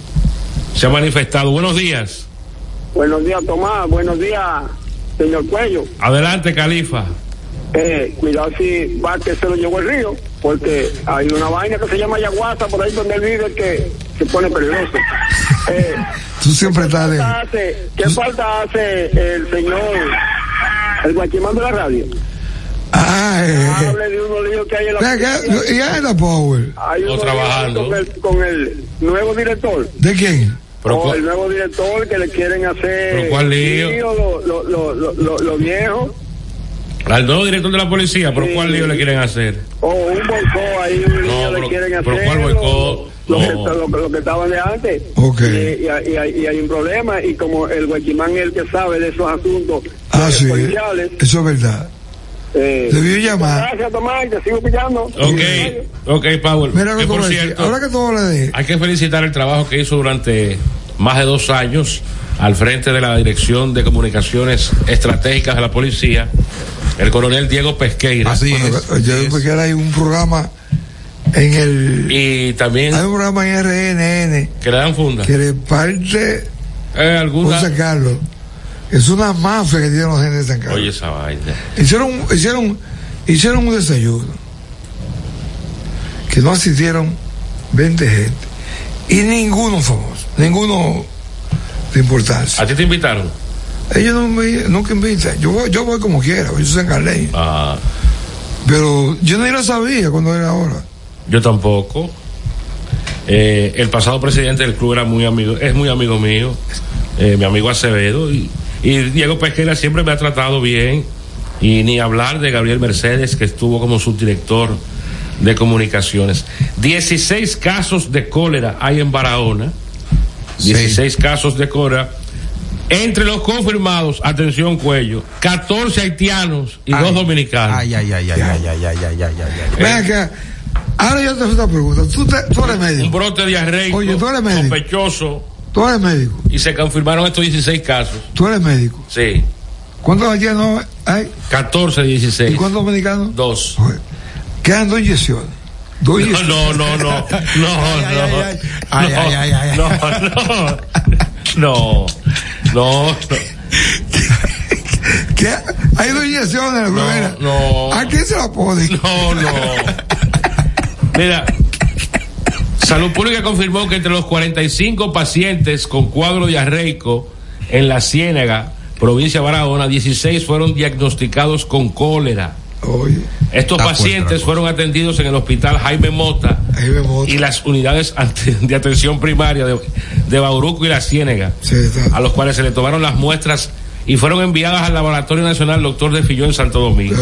[SPEAKER 1] se ha manifestado. Buenos días.
[SPEAKER 12] Buenos días, Tomás. Buenos días, señor Cuello.
[SPEAKER 1] Adelante, Califa.
[SPEAKER 12] Eh, cuidado si va que se lo llevó el río, porque hay una vaina que se llama Yaguasa por ahí donde él vive que se pone peligroso. Eh,
[SPEAKER 3] Tú siempre estás de.
[SPEAKER 12] falta hace-
[SPEAKER 3] Mm.
[SPEAKER 12] ¿Qué falta hace el señor, el guachimán de la radio?
[SPEAKER 3] Ay,
[SPEAKER 12] Hable de unos líos que hay en la
[SPEAKER 3] Ve acá, y ahí la Power.
[SPEAKER 12] Hay unos líos Con el, con el nuevo director.
[SPEAKER 3] ¿De quién?
[SPEAKER 12] o el nuevo director que le quieren hacer
[SPEAKER 1] ¿Pero cuál lío?
[SPEAKER 12] lo, lo, lo, lo, lo- lo viejo
[SPEAKER 1] Al nuevo director de la policía, ¿pero cuál lío le quieren hacer?
[SPEAKER 12] o un boicot ahí un lío le quieren hacer
[SPEAKER 1] ¿Pero cuál boicot? No.
[SPEAKER 12] lo, que, lo- lo que estaban de antes y, y hay- y hay, y hay un problema y como el guachimán es el que sabe de esos asuntos eh,
[SPEAKER 3] Ah, sí.
[SPEAKER 12] policiales
[SPEAKER 3] Eso es verdad.
[SPEAKER 12] eh,
[SPEAKER 3] Debió llamar.
[SPEAKER 12] gracias Tomás y te sigo pillando
[SPEAKER 1] Ok, ok, Powell.
[SPEAKER 3] Mira lo
[SPEAKER 1] que
[SPEAKER 3] que
[SPEAKER 1] por
[SPEAKER 3] voy a decir.
[SPEAKER 1] cierto,
[SPEAKER 3] Ahora que todo le dije.
[SPEAKER 1] hay que felicitar el trabajo que hizo durante más de dos años al frente de la Dirección de Comunicaciones Estratégicas de la Policía, el coronel Diego Pesqueira.
[SPEAKER 3] Bueno, Pues, Yo porque ahora hay un programa en el.
[SPEAKER 1] Y también
[SPEAKER 3] Hay un programa en RNN
[SPEAKER 1] que le dan funda.
[SPEAKER 3] que le parte
[SPEAKER 1] Eh, alguna-
[SPEAKER 3] por San Carlos. Es una mafia que tienen los genes de San Carlos.
[SPEAKER 1] Oye, esa vaina.
[SPEAKER 3] Hicieron, hicieron, hicieron un desayuno que no asistieron 20 gente y ninguno famoso, ninguno de importancia.
[SPEAKER 1] ¿A ti te invitaron?
[SPEAKER 3] Ellos no me, nunca invitan. Yo voy, yo voy como quiera, yo soy carleño.
[SPEAKER 1] Ah,
[SPEAKER 3] Pero yo ni lo sabía cuando era ahora.
[SPEAKER 1] yo tampoco. Eh, el pasado presidente del club era muy amigo, es muy amigo mío, eh, mi amigo Acevedo, y, y Diego Pesquera siempre me ha tratado bien. Y ni hablar de Gabriel Mercedes, que estuvo como subdirector de comunicaciones. 16 casos de cólera hay en Barahona. 16 casos de cólera. Entre los confirmados, atención cuello, 14 haitianos y dos dominicanos. Ay,
[SPEAKER 13] ay, ay, ay, ay, ay, ay, ay, ay, ay.
[SPEAKER 3] Ven acá. Ahora yo te hago una pregunta. Tú, te- tú eres médico.
[SPEAKER 1] Un brote diarreico
[SPEAKER 3] Oye, tú eres médico.
[SPEAKER 1] sospechoso
[SPEAKER 3] Tú eres médico.
[SPEAKER 1] y se confirmaron estos 16 casos.
[SPEAKER 3] Tú eres médico.
[SPEAKER 1] Sí.
[SPEAKER 3] ¿Cuántos haitianos hay?
[SPEAKER 1] 14, 16.
[SPEAKER 3] ¿Y cuántos dominicanos?
[SPEAKER 1] Dos.
[SPEAKER 3] Quedan dos inyecciones. Dos
[SPEAKER 1] No,
[SPEAKER 3] inyecciones.
[SPEAKER 1] no, no, no, no, no.
[SPEAKER 3] Ay,
[SPEAKER 1] No,
[SPEAKER 3] ay, ay, ay, ay.
[SPEAKER 1] no, no, no, no,
[SPEAKER 3] ¿Qué? Hay dos inyecciones en la primera.
[SPEAKER 1] no.
[SPEAKER 3] ¿A quién se la ponen?
[SPEAKER 1] No, no. Mira, Salud Pública confirmó que entre los 45 pacientes con cuadro diarreico en la Ciénaga, provincia de Barahona, 16 fueron diagnosticados con cólera. Estos
[SPEAKER 3] Está fuerte la
[SPEAKER 1] pacientes fueron atendidos en el hospital Jaime Mota, y las unidades ante- de atención primaria de, de Bauruco y la Ciénega, a los cuales se le tomaron las muestras y fueron enviadas al Laboratorio Nacional Doctor de Filló en Santo Domingo.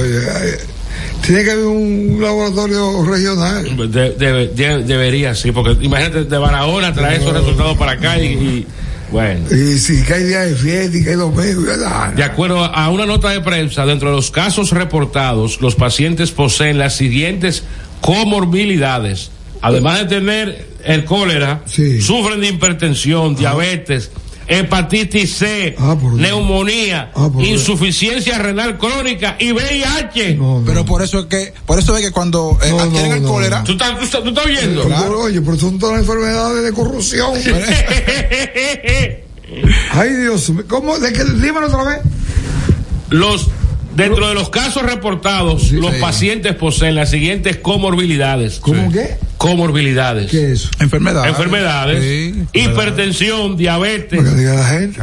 [SPEAKER 3] Tiene que haber un laboratorio regional.
[SPEAKER 1] De- debe- de- debería, sí, porque imagínate de Barahona traer esos resultados para acá y, y, bueno.
[SPEAKER 3] Y si cae día de fiesta y "Ah, cae domingo, ya está.
[SPEAKER 1] De acuerdo a una nota de prensa, dentro de los casos reportados, los pacientes poseen las siguientes comorbilidades. Además de tener el cólera, sufren de hipertensión, diabetes, hepatitis C, neumonía, insuficiencia renal crónica y VIH.
[SPEAKER 13] Pero por eso es que, por eso es que cuando eh, adquieren el cólera.
[SPEAKER 1] ¿Tú estás, tú estás- tú estás viendo?
[SPEAKER 3] Pero, Oye, pero son todas las enfermedades de corrupción. Ay, Dios mío. ¿Cómo? ¿De qué? Dímelo otra vez.
[SPEAKER 1] Los dentro de los casos reportados, los pacientes poseen las siguientes comorbilidades. ¿Cómo
[SPEAKER 3] qué?
[SPEAKER 1] Comorbilidades.
[SPEAKER 3] ¿Qué es?
[SPEAKER 13] Enfermedades.
[SPEAKER 1] Enfermedades, hipertensión, diabetes,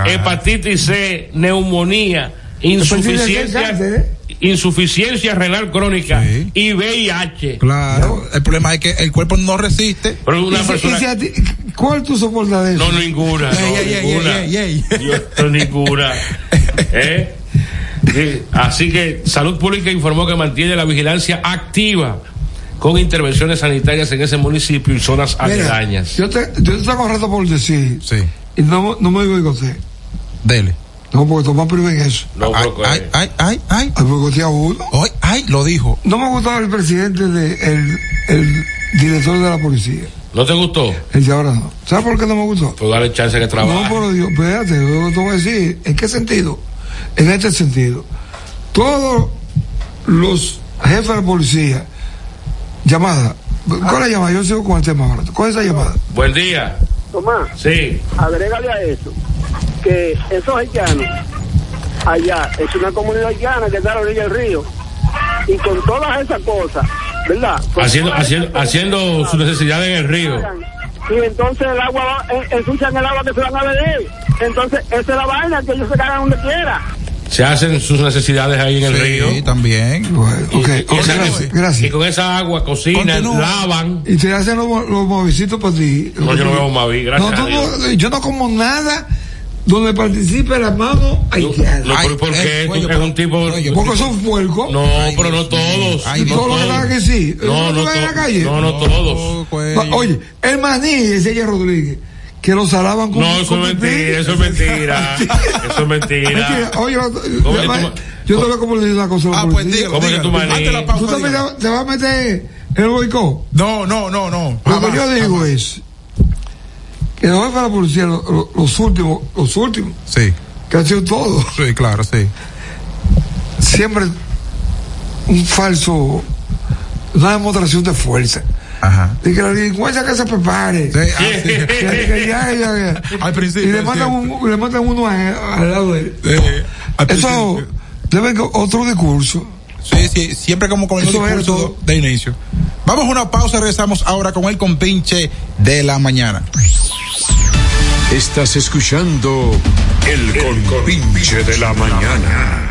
[SPEAKER 1] hepatitis C, neumonía, insuficiencia,
[SPEAKER 3] ¿eh?
[SPEAKER 1] insuficiencia renal crónica y VIH.
[SPEAKER 13] Claro. El problema es que el cuerpo no resiste.
[SPEAKER 1] Pero una
[SPEAKER 13] Y si-
[SPEAKER 1] persona-
[SPEAKER 13] y si a ti-
[SPEAKER 3] ¿Cuál tú soportas de eso?
[SPEAKER 1] No, ninguna.
[SPEAKER 13] Ey,
[SPEAKER 1] Ah, no,
[SPEAKER 13] ey, ey,
[SPEAKER 1] ninguna.
[SPEAKER 13] ey, ey,
[SPEAKER 1] Dios, no, ninguna. ¿Eh? Sí, Así que Salud Pública informó que mantiene la vigilancia activa con intervenciones sanitarias en ese municipio y zonas
[SPEAKER 3] Mira,
[SPEAKER 1] aledañas.
[SPEAKER 3] Yo te, yo te saco reto por decir. Sí. Y no, no me boicoteé. Dele. No, porque Tomás primero en eso.
[SPEAKER 1] No, porque-
[SPEAKER 13] Ay, ay, ay, ay.
[SPEAKER 3] Al boicotear uno.
[SPEAKER 13] Ay, ay, lo dijo.
[SPEAKER 3] No me gustaba el presidente, de, el, el director de la policía.
[SPEAKER 1] ¿No te gustó?
[SPEAKER 3] El de ahora no. ¿Sabes por qué no me gustó?
[SPEAKER 1] Pues dale chance que trabaje.
[SPEAKER 3] No, pero Dios, espérate, yo te voy a decir, ¿en qué sentido? En este sentido. todos los jefes de policía, llamada. ¿Cuál es la llamada? Yo sigo con el tema ahora. ¿Cuál es la llamada?
[SPEAKER 1] Buen día.
[SPEAKER 12] Tomás,
[SPEAKER 1] Sí.
[SPEAKER 12] agrégale a eso que esos haitianos allá es una comunidad haitiana que está a la orilla del río y con todas esas cosas, ¿verdad? Con
[SPEAKER 1] Haciendo,
[SPEAKER 12] todas esas
[SPEAKER 1] haciendo, haciendo sus necesidades en el río.
[SPEAKER 12] y entonces el agua va- en- ensucian el agua que se van a beber. Entonces, esa es la vaina que ellos se cagan donde quiera.
[SPEAKER 1] Se hacen sus necesidades ahí en el río. Sí,
[SPEAKER 2] también.
[SPEAKER 1] y, con esa- y con esa agua cocinan, lavan.
[SPEAKER 3] Y te hacen los, los movicitos para ti.
[SPEAKER 1] No, yo no veo Mavi, gracias
[SPEAKER 3] No,
[SPEAKER 1] a
[SPEAKER 3] tú
[SPEAKER 1] Dios.
[SPEAKER 3] no- yo no como nada donde participe la mano haitiana.
[SPEAKER 1] No, pero ¿por qué? Tú- es un tipo.
[SPEAKER 3] Porque son puercos.
[SPEAKER 1] No, pero no todos.
[SPEAKER 3] Y todos los que están aquí sí.
[SPEAKER 1] No,
[SPEAKER 3] ¿Tú
[SPEAKER 1] no,
[SPEAKER 3] ves en la
[SPEAKER 1] to-
[SPEAKER 3] calle?
[SPEAKER 1] no, no todos.
[SPEAKER 3] Va- Oye, el maní ese Ella Rodríguez, que lo salaban con
[SPEAKER 1] No, eso
[SPEAKER 3] con
[SPEAKER 1] es mentira, eso es mentira. Eso es mentira.
[SPEAKER 3] Mentira. Oye,
[SPEAKER 1] ¿Cómo que
[SPEAKER 3] además,
[SPEAKER 1] tú ma-
[SPEAKER 3] yo te voy a compartir una cosa. Ah, oh, pues
[SPEAKER 1] dígalo, ¿Cómo que tú dígalo. maní? Hazte la pausa,
[SPEAKER 3] ¿Tú también te- te vas a meter en el boicot?
[SPEAKER 2] No, no, no, no.
[SPEAKER 3] Lo que yo digo es que los jefes de la policía, lo- lo- los últimos, los últimos,
[SPEAKER 2] sí.
[SPEAKER 3] que han sido todos,
[SPEAKER 2] Sí, claro, sí.
[SPEAKER 3] siempre un falso, una demostración de fuerza.
[SPEAKER 2] Ajá.
[SPEAKER 3] Y que la delincuencia que se prepare.
[SPEAKER 2] ah, sí.
[SPEAKER 3] Que- que ya, ya, ya.
[SPEAKER 2] Al principio,
[SPEAKER 3] Y le
[SPEAKER 2] es
[SPEAKER 3] matan, un- le matan uno a- al lado de él. Eso debe que otro discurso.
[SPEAKER 2] Sí, sí, siempre como con el
[SPEAKER 3] Eso es
[SPEAKER 2] discurso de inicio. Vamos a una pausa, regresamos ahora con el compinche de la mañana.
[SPEAKER 5] Estás escuchando El Compinche de la Mañana.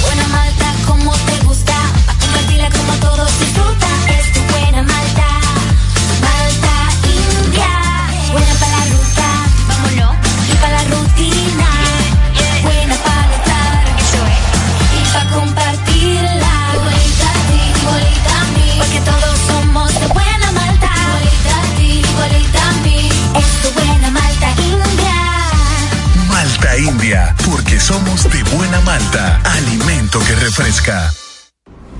[SPEAKER 6] buena malta como te gusta, pa' compartirla como todos disfrutan. Es tu buena malta, malta india. Buena para la ruta, vámonos. Y para la rutina, buena para notar. Eso es. Y para compartirla, igualita a ti, igualita a mí. Porque todos somos de buena malta. Igualita a ti, igualita a mí. Es tu buena malta india.
[SPEAKER 14] Malta India, porque somos de buena malta, alimento que refresca.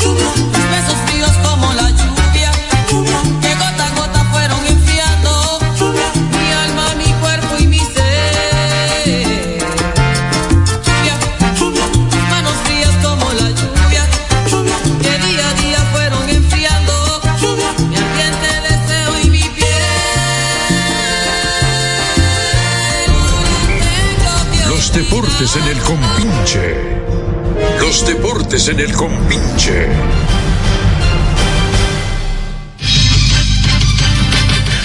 [SPEAKER 11] Tus besos fríos como la lluvia, que gota a gota fueron enfriando mi alma, mi cuerpo y mi ser. Lluvia, tus manos frías como la lluvia, que día a día fueron enfriando mi ardiente deseo y mi
[SPEAKER 5] Los deportes en el Compinche. Los deportes en el Compinche.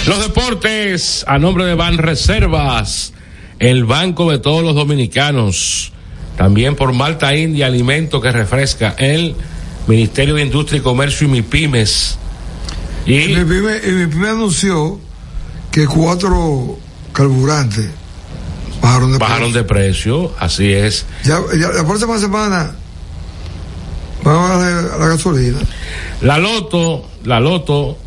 [SPEAKER 1] Los deportes a nombre de Van Reservas, el Banco de todos los dominicanos. También por Malta India, alimento que refresca. El Ministerio de Industria y Comercio y MIPIMES.
[SPEAKER 3] Y, y MIPIMES anunció que cuatro carburantes bajaron de
[SPEAKER 1] bajaron precio. de precio, así es.
[SPEAKER 3] Ya, ya la próxima semana va a la, la gasolina.
[SPEAKER 1] La Loto, la Loto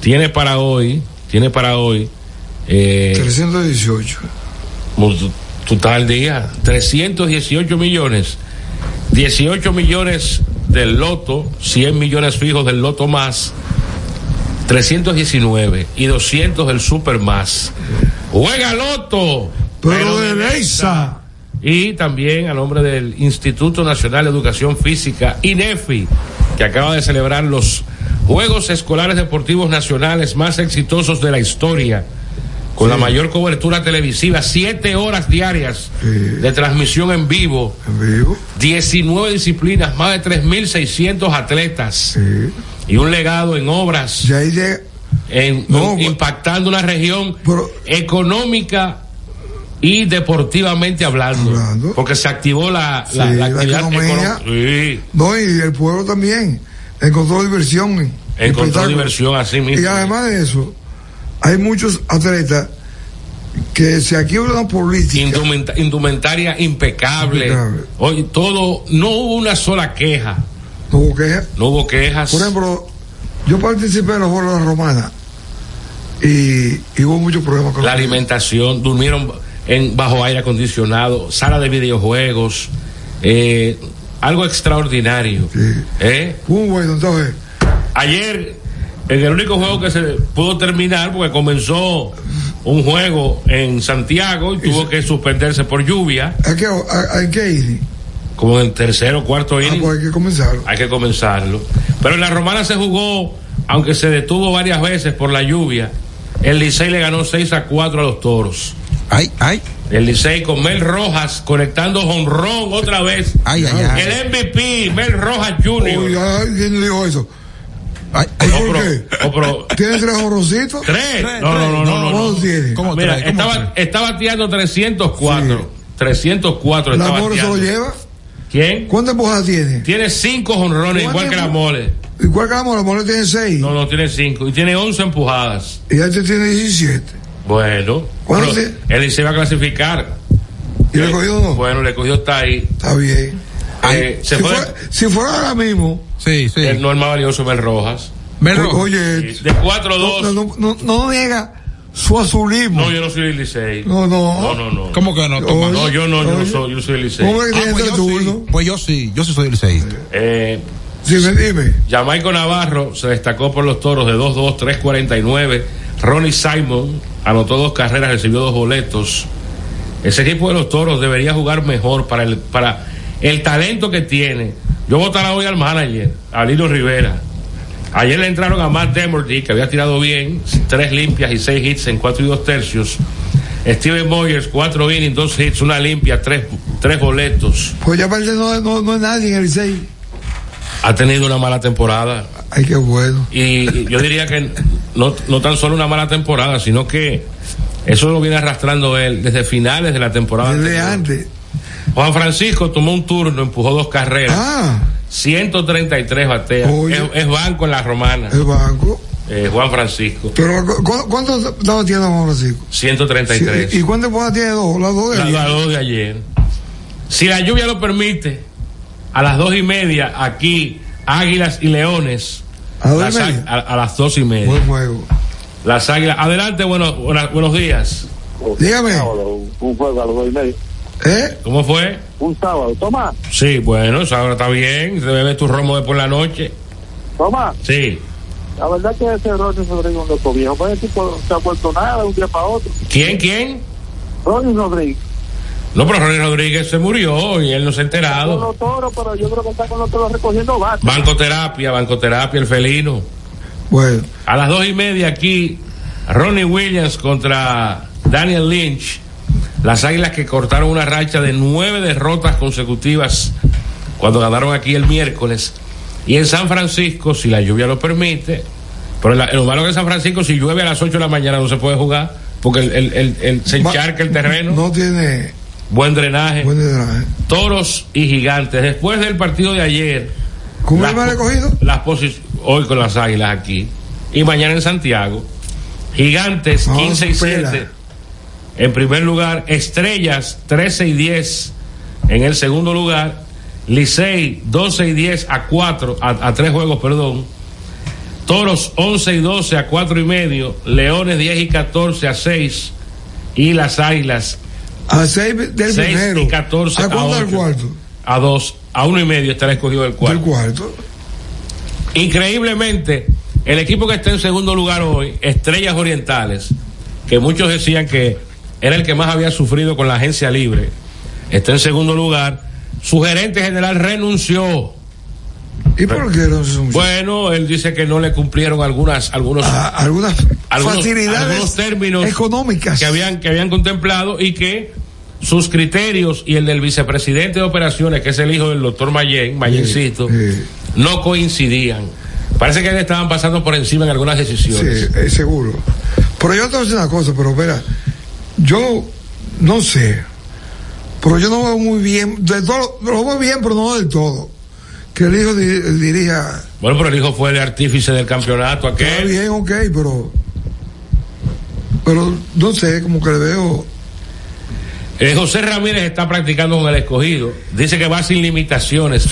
[SPEAKER 1] tiene para hoy, tiene para hoy eh,
[SPEAKER 3] 318.
[SPEAKER 1] Tú estás al día, 318 millones. 18 millones del loto, 100 millones fijos del loto más, 319 y 200 del super más. Juega loto.
[SPEAKER 3] Pero, pero de Leisa.
[SPEAKER 1] Y también a nombre del Instituto Nacional de Educación Física, INEFI, que acaba de celebrar los Juegos Escolares Deportivos Nacionales más exitosos de la historia, con sí. la mayor cobertura televisiva, siete horas diarias sí.
[SPEAKER 3] eh,
[SPEAKER 1] de transmisión en vivo,
[SPEAKER 3] ¿En vivo?
[SPEAKER 1] 19 disciplinas, más de 3.600 atletas. Sí y un legado en obras
[SPEAKER 3] ya ya,
[SPEAKER 1] en, no, impactando una región pero, económica y deportivamente hablando, hablando, porque se activó la, la, sí, la actividad la economía,
[SPEAKER 3] sí. no y el pueblo también encontró diversión
[SPEAKER 1] encontró diversión así mismo
[SPEAKER 3] y además de eso hay muchos atletas que se aquí una política
[SPEAKER 1] Indumenta, indumentaria impecable. impecable hoy todo no hubo una sola queja
[SPEAKER 3] no hubo quejas.
[SPEAKER 1] No hubo quejas.
[SPEAKER 3] Por ejemplo, yo participé en los Juegos de la Romana y, y, hubo muchos problemas con
[SPEAKER 1] la alimentación. Durmieron en bajo aire acondicionado, sala de videojuegos, eh, algo extraordinario. Sí. ¿eh?
[SPEAKER 3] Un bueno, entonces.
[SPEAKER 1] Ayer, en el único juego que se pudo terminar, porque comenzó un juego en Santiago y, y tuvo se... que suspenderse por lluvia.
[SPEAKER 3] ¿A qué, a, a qué ir?
[SPEAKER 1] como en el tercero cuarto inning. Ah,
[SPEAKER 3] pues hay que comenzarlo.
[SPEAKER 1] Hay que comenzarlo. Pero en la romana se jugó, aunque se detuvo varias veces por la lluvia, el Licey le ganó 6 a 4 a los toros.
[SPEAKER 2] Ay, ay.
[SPEAKER 1] El Licey con Mel Rojas conectando jonrón otra vez.
[SPEAKER 2] Ay, ay, ay.
[SPEAKER 1] El MVP, Mel Rojas Jr.
[SPEAKER 3] Uy, ay, ¿quién dijo eso?
[SPEAKER 1] Ay, ay, ¿Por qué?
[SPEAKER 3] ¿Tienes tres horrorcitos?
[SPEAKER 1] ¿Tres? No, no, no, no. no, no. ¿Cómo Mira, trae, ¿cómo estaba, trae? estaba tirando 304. Sí. 304
[SPEAKER 3] ¿La mole se lo lleva?
[SPEAKER 1] ¿Quién?
[SPEAKER 3] ¿Cuántas empujadas tiene?
[SPEAKER 1] Tiene cinco jonrones, igual que la mole.
[SPEAKER 3] Igual que la mole, la mole tiene seis.
[SPEAKER 1] No, no, tiene cinco. Y tiene once empujadas.
[SPEAKER 3] Y este tiene 17.
[SPEAKER 1] Bueno.
[SPEAKER 3] ¿Cuándo se...
[SPEAKER 1] Él se va a clasificar.
[SPEAKER 3] ¿Y le cogió uno?
[SPEAKER 1] Bueno, le cogió está ahí.
[SPEAKER 3] Está bien. Eh, Ay, se si, fue... fuera, si, fuera, ahora mismo.
[SPEAKER 2] Sí, sí.
[SPEAKER 1] El norma valioso Mel Rojas.
[SPEAKER 2] Mel Rojas.
[SPEAKER 3] Oye.
[SPEAKER 1] Sí, de 4-2.
[SPEAKER 3] No, no, no, no llega su azulismo.
[SPEAKER 1] No, yo no soy del Licey.
[SPEAKER 3] No, no.
[SPEAKER 1] No, no, no.
[SPEAKER 2] ¿Cómo que no?
[SPEAKER 1] Oye, no, yo no, yo no soy, yo soy del Licey.
[SPEAKER 3] ¿Cómo que ah,
[SPEAKER 2] pues,
[SPEAKER 3] yo
[SPEAKER 2] sí, pues yo sí, yo sí soy del Licey.
[SPEAKER 1] Eh,
[SPEAKER 3] dime, dime.
[SPEAKER 1] Jamaico Navarro se destacó por los toros de 2-2, 3-49. Ronnie Simon anotó dos carreras, recibió dos boletos. Ese equipo de los toros debería jugar mejor para el, para el talento que tiene. Yo votaré hoy al manager, a Lilo Rivera. Ayer le entraron a Matt Demerdy, que había tirado bien, tres limpias y seis hits en cuatro y dos tercios. Steven Moyers, cuatro innings, dos hits, una limpia, tres, tres boletos.
[SPEAKER 3] Pues ya aparte no, no, no, es nadie en el 6.
[SPEAKER 1] Ha tenido una mala temporada.
[SPEAKER 3] Ay, qué bueno.
[SPEAKER 1] Y, y yo diría que no, no, tan solo una mala temporada, sino que eso lo viene arrastrando él desde finales de la temporada.
[SPEAKER 3] Desde anterior. antes.
[SPEAKER 1] Juan Francisco tomó un turno, empujó dos carreras.
[SPEAKER 3] Ah.
[SPEAKER 1] 133 bateas. Es, es, banco en la romana.
[SPEAKER 3] Es banco.
[SPEAKER 1] Eh, Juan Francisco.
[SPEAKER 3] ¿Pero ¿cu cuántos dados tiene Juan Francisco?
[SPEAKER 1] 133.
[SPEAKER 3] Sí, ¿Y cuántas bodas tiene dos? Las dos de
[SPEAKER 1] la,
[SPEAKER 3] ayer.
[SPEAKER 1] Las dos de ayer. Si la lluvia lo permite, a las dos y media, aquí, Águilas y Leones.
[SPEAKER 3] ¿A,
[SPEAKER 1] las,
[SPEAKER 3] y media?
[SPEAKER 1] a, a las dos y media.
[SPEAKER 3] Buen juego.
[SPEAKER 1] Las Águilas. Adelante, buenos, buenas, buenos días.
[SPEAKER 3] Dígame.
[SPEAKER 4] Un juego a las dos y media.
[SPEAKER 3] ¿Eh?
[SPEAKER 1] ¿Cómo fue?
[SPEAKER 4] Un sábado, toma.
[SPEAKER 1] Sí, bueno, ahora está bien, se bebe tu romo de por la noche.
[SPEAKER 4] Toma.
[SPEAKER 1] Sí.
[SPEAKER 4] La verdad que ese Ronnie Rodríguez no está viejo, pues el tipo no se ha vuelto nada de un día para otro.
[SPEAKER 1] ¿Quién, quién?
[SPEAKER 4] Ronnie Rodríguez.
[SPEAKER 1] No, pero Ronnie Rodríguez se murió y él no se ha enterado.
[SPEAKER 4] Con los toros, pero yo creo que está con los toros recogiendo bate.
[SPEAKER 1] Bancoterapia, bancoterapia, el felino.
[SPEAKER 3] Bueno.
[SPEAKER 1] A las dos y media aquí, Ronnie Williams contra Daniel Lynch. Las Águilas que cortaron una racha de nueve derrotas consecutivas cuando ganaron aquí el miércoles. Y en San Francisco, si la lluvia lo permite, pero en la, en lo malo que en San Francisco, si llueve a las 8 de la mañana no se puede jugar. porque el, el, el, el- se encharca el terreno.
[SPEAKER 3] No tiene
[SPEAKER 1] buen drenaje.
[SPEAKER 3] buen drenaje.
[SPEAKER 1] Toros y gigantes. Después del partido de ayer.
[SPEAKER 3] ¿Cómo
[SPEAKER 1] las
[SPEAKER 3] le va
[SPEAKER 1] po- Las posi- hoy con las águilas aquí. Y mañana en Santiago. Gigantes
[SPEAKER 3] No,
[SPEAKER 1] 15 y
[SPEAKER 3] supera.
[SPEAKER 1] 7. En primer lugar, Estrellas 13 y 10. En el segundo lugar, Licey 12 y 10 a 4, a, a 3 juegos, perdón. Toros 11 y 12 a 4 y medio. Leones 10 y 14 a 6. Y las Águilas
[SPEAKER 3] A seis del
[SPEAKER 1] Seis
[SPEAKER 3] primero.
[SPEAKER 1] y 14
[SPEAKER 3] ¿A
[SPEAKER 1] a
[SPEAKER 3] cuánto del
[SPEAKER 1] ocho.
[SPEAKER 3] cuarto?
[SPEAKER 1] a 2, a 1 y medio estará escogido el cuarto.
[SPEAKER 3] Del cuarto.
[SPEAKER 1] Increíblemente, el equipo que está en segundo lugar hoy, Estrellas Orientales, que muchos decían que era el que más había sufrido con la agencia libre, está en segundo lugar. Su gerente general renunció.
[SPEAKER 3] ¿Y por qué renunció? Ah,
[SPEAKER 1] Bueno, él dice que no le cumplieron algunas, algunos,
[SPEAKER 3] algunas
[SPEAKER 1] algunos-
[SPEAKER 3] facilidades
[SPEAKER 1] algunos términos
[SPEAKER 3] económicas.
[SPEAKER 1] que habían, que habían contemplado y que sus criterios y el del vicepresidente de operaciones, que es el hijo del doctor Mayen, Mayencito, no coincidían. Parece que le estaban pasando por encima en algunas
[SPEAKER 3] Sí,
[SPEAKER 1] decisiones.
[SPEAKER 3] eh, seguro. Pero yo te voy a decir una cosa, pero espera, yo no sé, pero yo no veo muy bien, de todo, lo veo bien, pero no del todo, que el hijo di- dirija,
[SPEAKER 1] Bueno, pero el hijo fue el artífice del campeonato
[SPEAKER 3] está
[SPEAKER 1] aquel.
[SPEAKER 3] bien, ok, pero, pero no sé, como que le veo,
[SPEAKER 1] Eh, José Ramírez está practicando con el escogido. Dice que va sin limitaciones.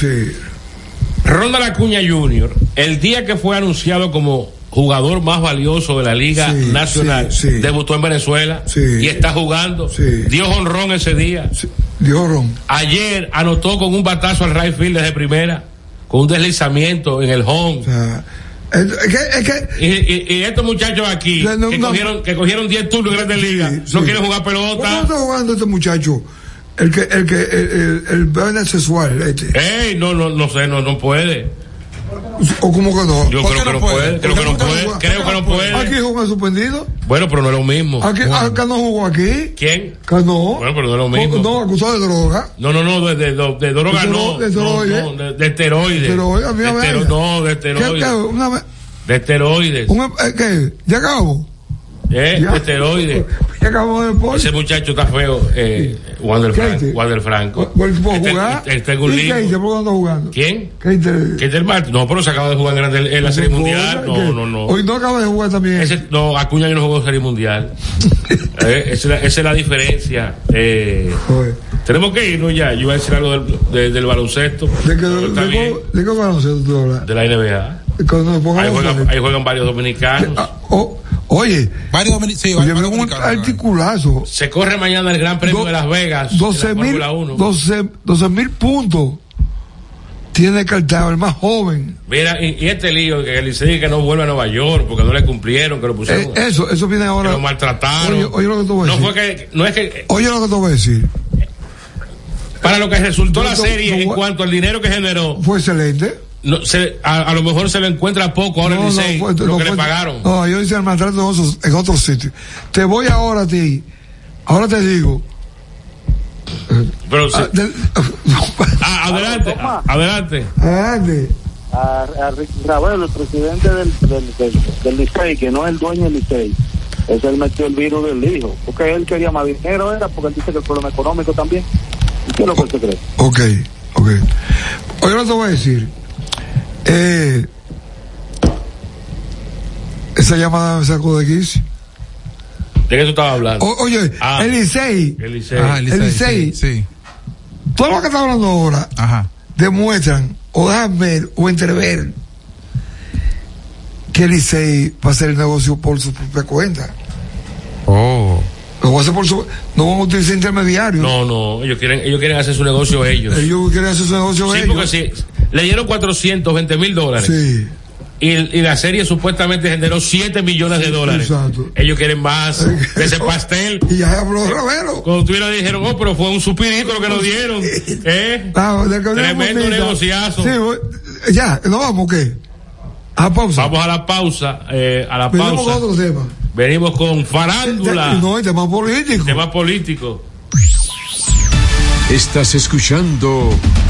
[SPEAKER 1] Ronda Lacuña Jr., el día que fue anunciado como jugador más valioso de la Liga Nacional, debutó en Venezuela y está jugando. Dio honrón ese día.
[SPEAKER 3] Dios ron.
[SPEAKER 1] Ayer anotó con un batazo al right field desde primera, con un deslizamiento en el home. y, y- y estos muchachos aquí, que, cogieron, que cogieron 10 turnos en Grandes Ligas, no
[SPEAKER 3] sí.
[SPEAKER 1] quieren jugar
[SPEAKER 3] ¿Cómo
[SPEAKER 1] pelota.
[SPEAKER 3] está jugando este muchacho? El que, el que, el, el, el vaina sexual, este.
[SPEAKER 1] Ey, no, no, no sé, no, no puede.
[SPEAKER 3] ¿O cómo que no?
[SPEAKER 1] Yo
[SPEAKER 3] ¿Por
[SPEAKER 1] creo
[SPEAKER 3] qué
[SPEAKER 1] que no puede, creo que no
[SPEAKER 3] ¿Por qué
[SPEAKER 1] puede,
[SPEAKER 3] juega?
[SPEAKER 1] creo que no puede.
[SPEAKER 3] ¿Aquí jugó suspendido?
[SPEAKER 1] Bueno, pero no es lo mismo.
[SPEAKER 3] ¿Aquí, acá no jugó aquí?
[SPEAKER 1] ¿Quién?
[SPEAKER 3] Cano.
[SPEAKER 1] Bueno, pero no es lo mismo.
[SPEAKER 3] Porque No, acusado de droga.
[SPEAKER 1] No, no, no, de, de, de, de droga
[SPEAKER 3] De
[SPEAKER 1] no.
[SPEAKER 3] droga, de
[SPEAKER 1] no,
[SPEAKER 3] droga,
[SPEAKER 1] no, de, de esteroides.
[SPEAKER 3] Pero, oiga, mira,
[SPEAKER 1] De estero-
[SPEAKER 3] vaya.
[SPEAKER 1] no, de
[SPEAKER 3] ¿Qué,
[SPEAKER 1] esteroides.
[SPEAKER 3] qué, una vez-
[SPEAKER 1] De esteroides.
[SPEAKER 3] un- eh, qué? ¿Ya acabó?
[SPEAKER 1] Eh, de esteroides. Ese muchacho está feo, eh, Wander
[SPEAKER 3] ¿Qué
[SPEAKER 1] Franco.
[SPEAKER 3] dice?
[SPEAKER 1] Wander Franco.
[SPEAKER 3] ¿Por por
[SPEAKER 1] Este-
[SPEAKER 3] jugar?
[SPEAKER 1] este- este es un
[SPEAKER 3] ¿Y qué
[SPEAKER 1] libro.
[SPEAKER 3] dice? ¿Por qué no está jugando?
[SPEAKER 1] ¿Quién?
[SPEAKER 3] ¿Qué dice?
[SPEAKER 1] Keiter Martins. No, pero se acaba de jugar en, Grande- en la Serie Mundial. No, no, no.
[SPEAKER 3] Hoy no acaba de jugar también.
[SPEAKER 1] Ese, no, Acuña yo no jugó Serie Mundial. Eh, esa, es la, esa es la diferencia. Eh, tenemos que irnos ya. Yo iba a decir algo del, de- del baloncesto. pero está
[SPEAKER 3] ¿De
[SPEAKER 1] bien.
[SPEAKER 3] qué- de qué baloncesto tú hablas?
[SPEAKER 1] De la NBA.
[SPEAKER 3] Cuando nos pongamos
[SPEAKER 1] Ahí juegan,
[SPEAKER 3] fuerte.
[SPEAKER 1] ahí juegan varios dominicanos.
[SPEAKER 3] Ah. Oye,
[SPEAKER 1] varios
[SPEAKER 3] llevó un articulazo.
[SPEAKER 1] Se corre mañana el Gran Premio de Las Vegas. de la
[SPEAKER 3] 12 mil
[SPEAKER 1] Fórmula 1.
[SPEAKER 3] 12 12 mil puntos tiene Cartago, el más joven.
[SPEAKER 1] Mira, y, y este lío de que el Licey que no vuelve a Nueva York porque no le cumplieron, que lo pusieron.
[SPEAKER 3] Eh, eso, eso viene
[SPEAKER 1] que
[SPEAKER 3] ahora.
[SPEAKER 1] lo maltrataron.
[SPEAKER 3] Oye, oye lo que te voy a
[SPEAKER 1] no
[SPEAKER 3] decir.
[SPEAKER 1] fue que, no es que,
[SPEAKER 3] Oye lo que te voy a decir.
[SPEAKER 1] para lo que resultó la
[SPEAKER 3] No, no,
[SPEAKER 1] serie
[SPEAKER 3] no,
[SPEAKER 1] en
[SPEAKER 3] no,
[SPEAKER 1] cuanto al dinero que generó,
[SPEAKER 3] Fue excelente.
[SPEAKER 1] no, se- a, a lo mejor se lo encuentra poco ahora el Licey,
[SPEAKER 3] fue-
[SPEAKER 1] lo que le
[SPEAKER 3] fue-
[SPEAKER 1] pagaron.
[SPEAKER 3] No, yo hice el maltrato en otros, en otros sitios. Te voy ahora a ti. Ahora te digo.
[SPEAKER 1] Pero sí.
[SPEAKER 3] ah, del-
[SPEAKER 1] Ah, adelante, ah, adelante.
[SPEAKER 3] Adelante.
[SPEAKER 4] a, a Rick Ravelo, el presidente del, del, del, del Licey, que no es el dueño del Licey. Es él metió el virus del hijo. Porque él quería más dinero, era porque él dice que el problema económico también. ¿Y qué es lo que usted cree?
[SPEAKER 3] Ok, ok. Oye, lo que te voy a decir. Eh, esa llamada me sacó de aquí.
[SPEAKER 1] ¿De qué tú estabas hablando?
[SPEAKER 3] O- oye, Ah,
[SPEAKER 1] Ah,
[SPEAKER 3] el Licey.
[SPEAKER 1] el Licey.
[SPEAKER 3] Ajá, el Licey. Todo lo que está hablando ahora demuestran o dejan ver o entrever que el Licey va a hacer el negocio por su propia cuenta.
[SPEAKER 2] Oh.
[SPEAKER 3] Lo va a hacer por su. No van a utilizar intermediarios.
[SPEAKER 1] No, no, ellos quieren, ellos quieren hacer su negocio ellos.
[SPEAKER 3] Ellos quieren hacer su negocio
[SPEAKER 1] Sí,
[SPEAKER 3] ellos.
[SPEAKER 1] porque si le dieron 420 mil dólares. Y, y la serie supuestamente generó 7 millones de dólares.
[SPEAKER 3] exacto.
[SPEAKER 1] Ellos quieren más de ese pastel.
[SPEAKER 3] Y ya habló Ravelo.
[SPEAKER 1] Cuando tuvieron dijeron, oh, pero fue un supirito lo que nos dieron. ¿Eh?
[SPEAKER 3] Ah, de que hablemos
[SPEAKER 1] Tremendo
[SPEAKER 3] ahorita.
[SPEAKER 1] negociazo.
[SPEAKER 3] Sí, voy- ya, ¿no vamos o qué? A pausa.
[SPEAKER 1] Vamos a la pausa. eh, a la
[SPEAKER 3] Venimos
[SPEAKER 1] pausa.
[SPEAKER 3] con otro tema.
[SPEAKER 1] Venimos con farándula.
[SPEAKER 3] No, hay tema político.
[SPEAKER 1] Tema político.
[SPEAKER 5] Estás escuchando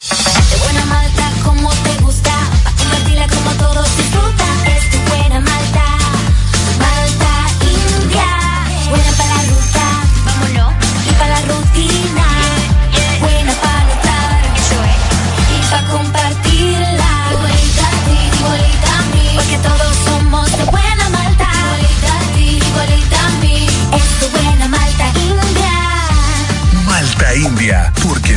[SPEAKER 6] De buena malta como te gusta, pa' compartirla como todos disfrutan. Es tu buena malta, malta india. Buena para la ruta, vámonos, y para la rutina. Buena para notar, eso es, y para compartirla. Igualita a ti, igualita a mí, porque todos somos de buena malta. Igualita a ti, igualita a mí, es tu buena malta india.
[SPEAKER 14] Malta India, porque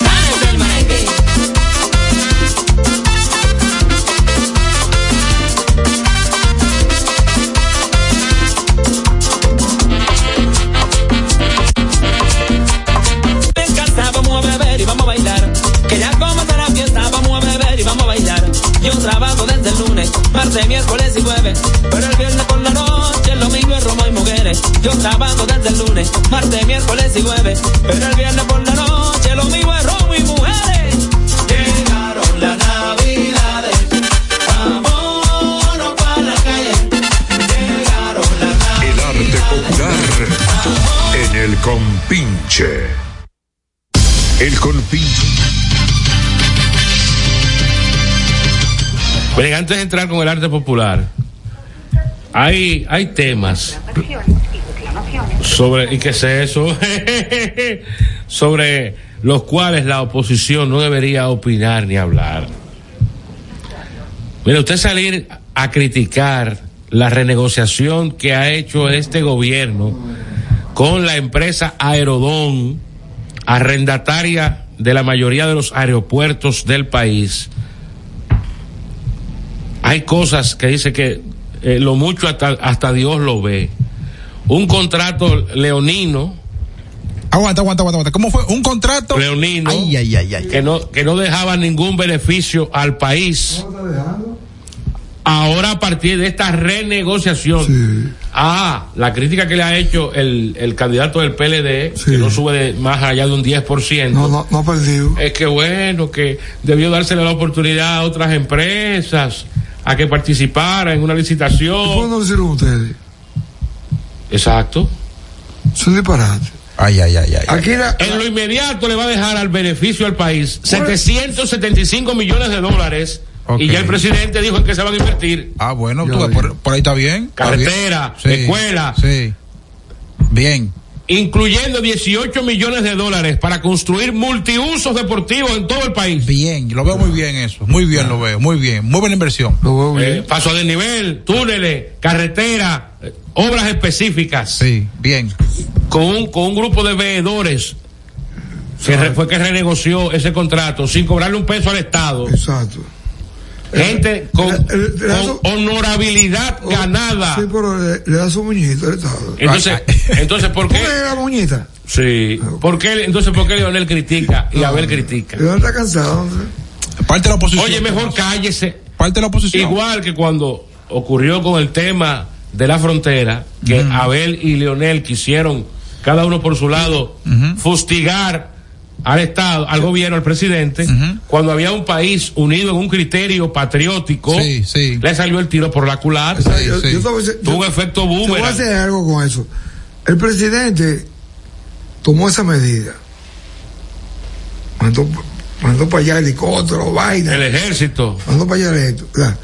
[SPEAKER 11] Vamos del merengue. Descansa, vamos a beber y vamos a bailar. Que ya comienza la fiesta, vamos a beber y vamos a bailar. Yo trabajo desde el lunes, martes, miércoles y jueves. Pero el viernes por la noche, el domingo es romo y mujeres. Yo trabajo desde el lunes, martes, miércoles y jueves. Pero el viernes por la noche, lo mío es romo y mujeres. Llegaron las navidades. Vámonos para la calle.
[SPEAKER 5] El arte popular en el compinche. El compinche.
[SPEAKER 1] Miren, antes de entrar con el arte popular, hay, hay temas sobre, ¿y qué es eso? eh, sobre los cuales la oposición no debería opinar ni hablar. Mire, usted salir a criticar la renegociación que ha hecho este gobierno con la empresa Aerodón, arrendataria de la mayoría de los aeropuertos del país, hay cosas que dice que eh, lo mucho hasta, hasta Dios lo ve. Un contrato leonino,
[SPEAKER 2] Aguanta, aguanta, aguanta, aguanta. ¿Cómo fue? Un contrato.
[SPEAKER 1] leonino,
[SPEAKER 2] Ay, ay, ay, ay.
[SPEAKER 1] que no que no dejaba ningún beneficio al país. Ahora a partir de esta renegociación, ah, la crítica que le ha hecho el, el candidato del PLD, que no sube de más allá de un 10%,
[SPEAKER 3] No, no, no ha perdido.
[SPEAKER 1] es que bueno, que debió dársele la oportunidad a otras empresas a que participaran en una licitación.
[SPEAKER 3] ¿Cuándo lo hicieron ustedes?
[SPEAKER 1] Exacto.
[SPEAKER 3] Es un disparate.
[SPEAKER 2] Ay, ay, ay, ay.
[SPEAKER 3] Aquí la,
[SPEAKER 1] En lo inmediato le va a dejar al beneficio al país 775 millones de dólares.
[SPEAKER 2] Ok.
[SPEAKER 1] Y ya el presidente dijo en qué se van a invertir.
[SPEAKER 2] Ah, bueno,
[SPEAKER 3] Yo
[SPEAKER 2] tú,
[SPEAKER 3] digo.
[SPEAKER 2] por, por ahí está bien. está bien.
[SPEAKER 1] Carretera, escuela.
[SPEAKER 2] Sí. Bien.
[SPEAKER 1] Incluyendo 18 millones de dólares para construir multiusos deportivos en todo el país.
[SPEAKER 2] Bien, lo veo muy bien eso. Muy bien lo veo, muy bien. Muy buena inversión.
[SPEAKER 3] lo veo bien.
[SPEAKER 1] Eh, paso de nivel, túneles, carretera, eh, obras específicas.
[SPEAKER 2] Sí, bien.
[SPEAKER 1] con un, con un grupo de veedores que re- fue que renegoció ese contrato sin cobrarle un peso al Estado.
[SPEAKER 3] Exacto.
[SPEAKER 1] Gente con,
[SPEAKER 3] Eh, le da su- Oh,
[SPEAKER 1] con honorabilidad
[SPEAKER 2] Oh,
[SPEAKER 1] ganada.
[SPEAKER 3] Sí, pero le, le da su muñito al Estado.
[SPEAKER 1] Entonces, entonces ¿por qué?
[SPEAKER 3] la muñita?
[SPEAKER 1] Sí. ¿Por qué, entonces, ¿por qué Leonel critica y Abel critica?
[SPEAKER 3] Leonel está cansado.
[SPEAKER 1] Parte de la oposición. Oye, mejor cállese. Parte de la oposición. Igual que cuando ocurrió con el tema de la frontera, que Abel y Leonel quisieron, cada uno por su lado, fustigar al Estado, al gobierno, al presidente, cuando había un país unido en un criterio patriótico, le salió el tiro por la culata.
[SPEAKER 3] yo- yo te voy a decir-
[SPEAKER 1] Tuvo
[SPEAKER 3] yo-
[SPEAKER 1] un efecto
[SPEAKER 3] Te voy a
[SPEAKER 1] boomerang.
[SPEAKER 3] hacer algo con eso. El presidente tomó esa medida. Mandó, mandó para allá helicóptero, vaina.
[SPEAKER 1] El ejército.
[SPEAKER 3] Mandó para allá esto. O sea,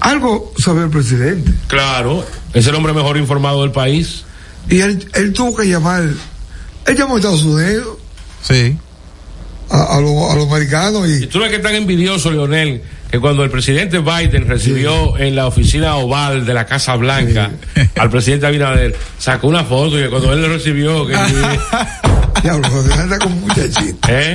[SPEAKER 3] algo sabe el presidente.
[SPEAKER 1] Claro, es el hombre mejor informado del país.
[SPEAKER 3] Y él, él tuvo que llamar. Él llamó a Estados Unidos.
[SPEAKER 1] Sí.
[SPEAKER 3] A, a los a los americanos y.
[SPEAKER 1] Y tú ves que tan envidioso, Leonel, que cuando el presidente Biden recibió en la oficina oval de la Casa Blanca al presidente Abinader, sacó una foto y cuando él lo recibió, que
[SPEAKER 3] Diablo, Leonel está como muchachito.
[SPEAKER 1] ¿Eh?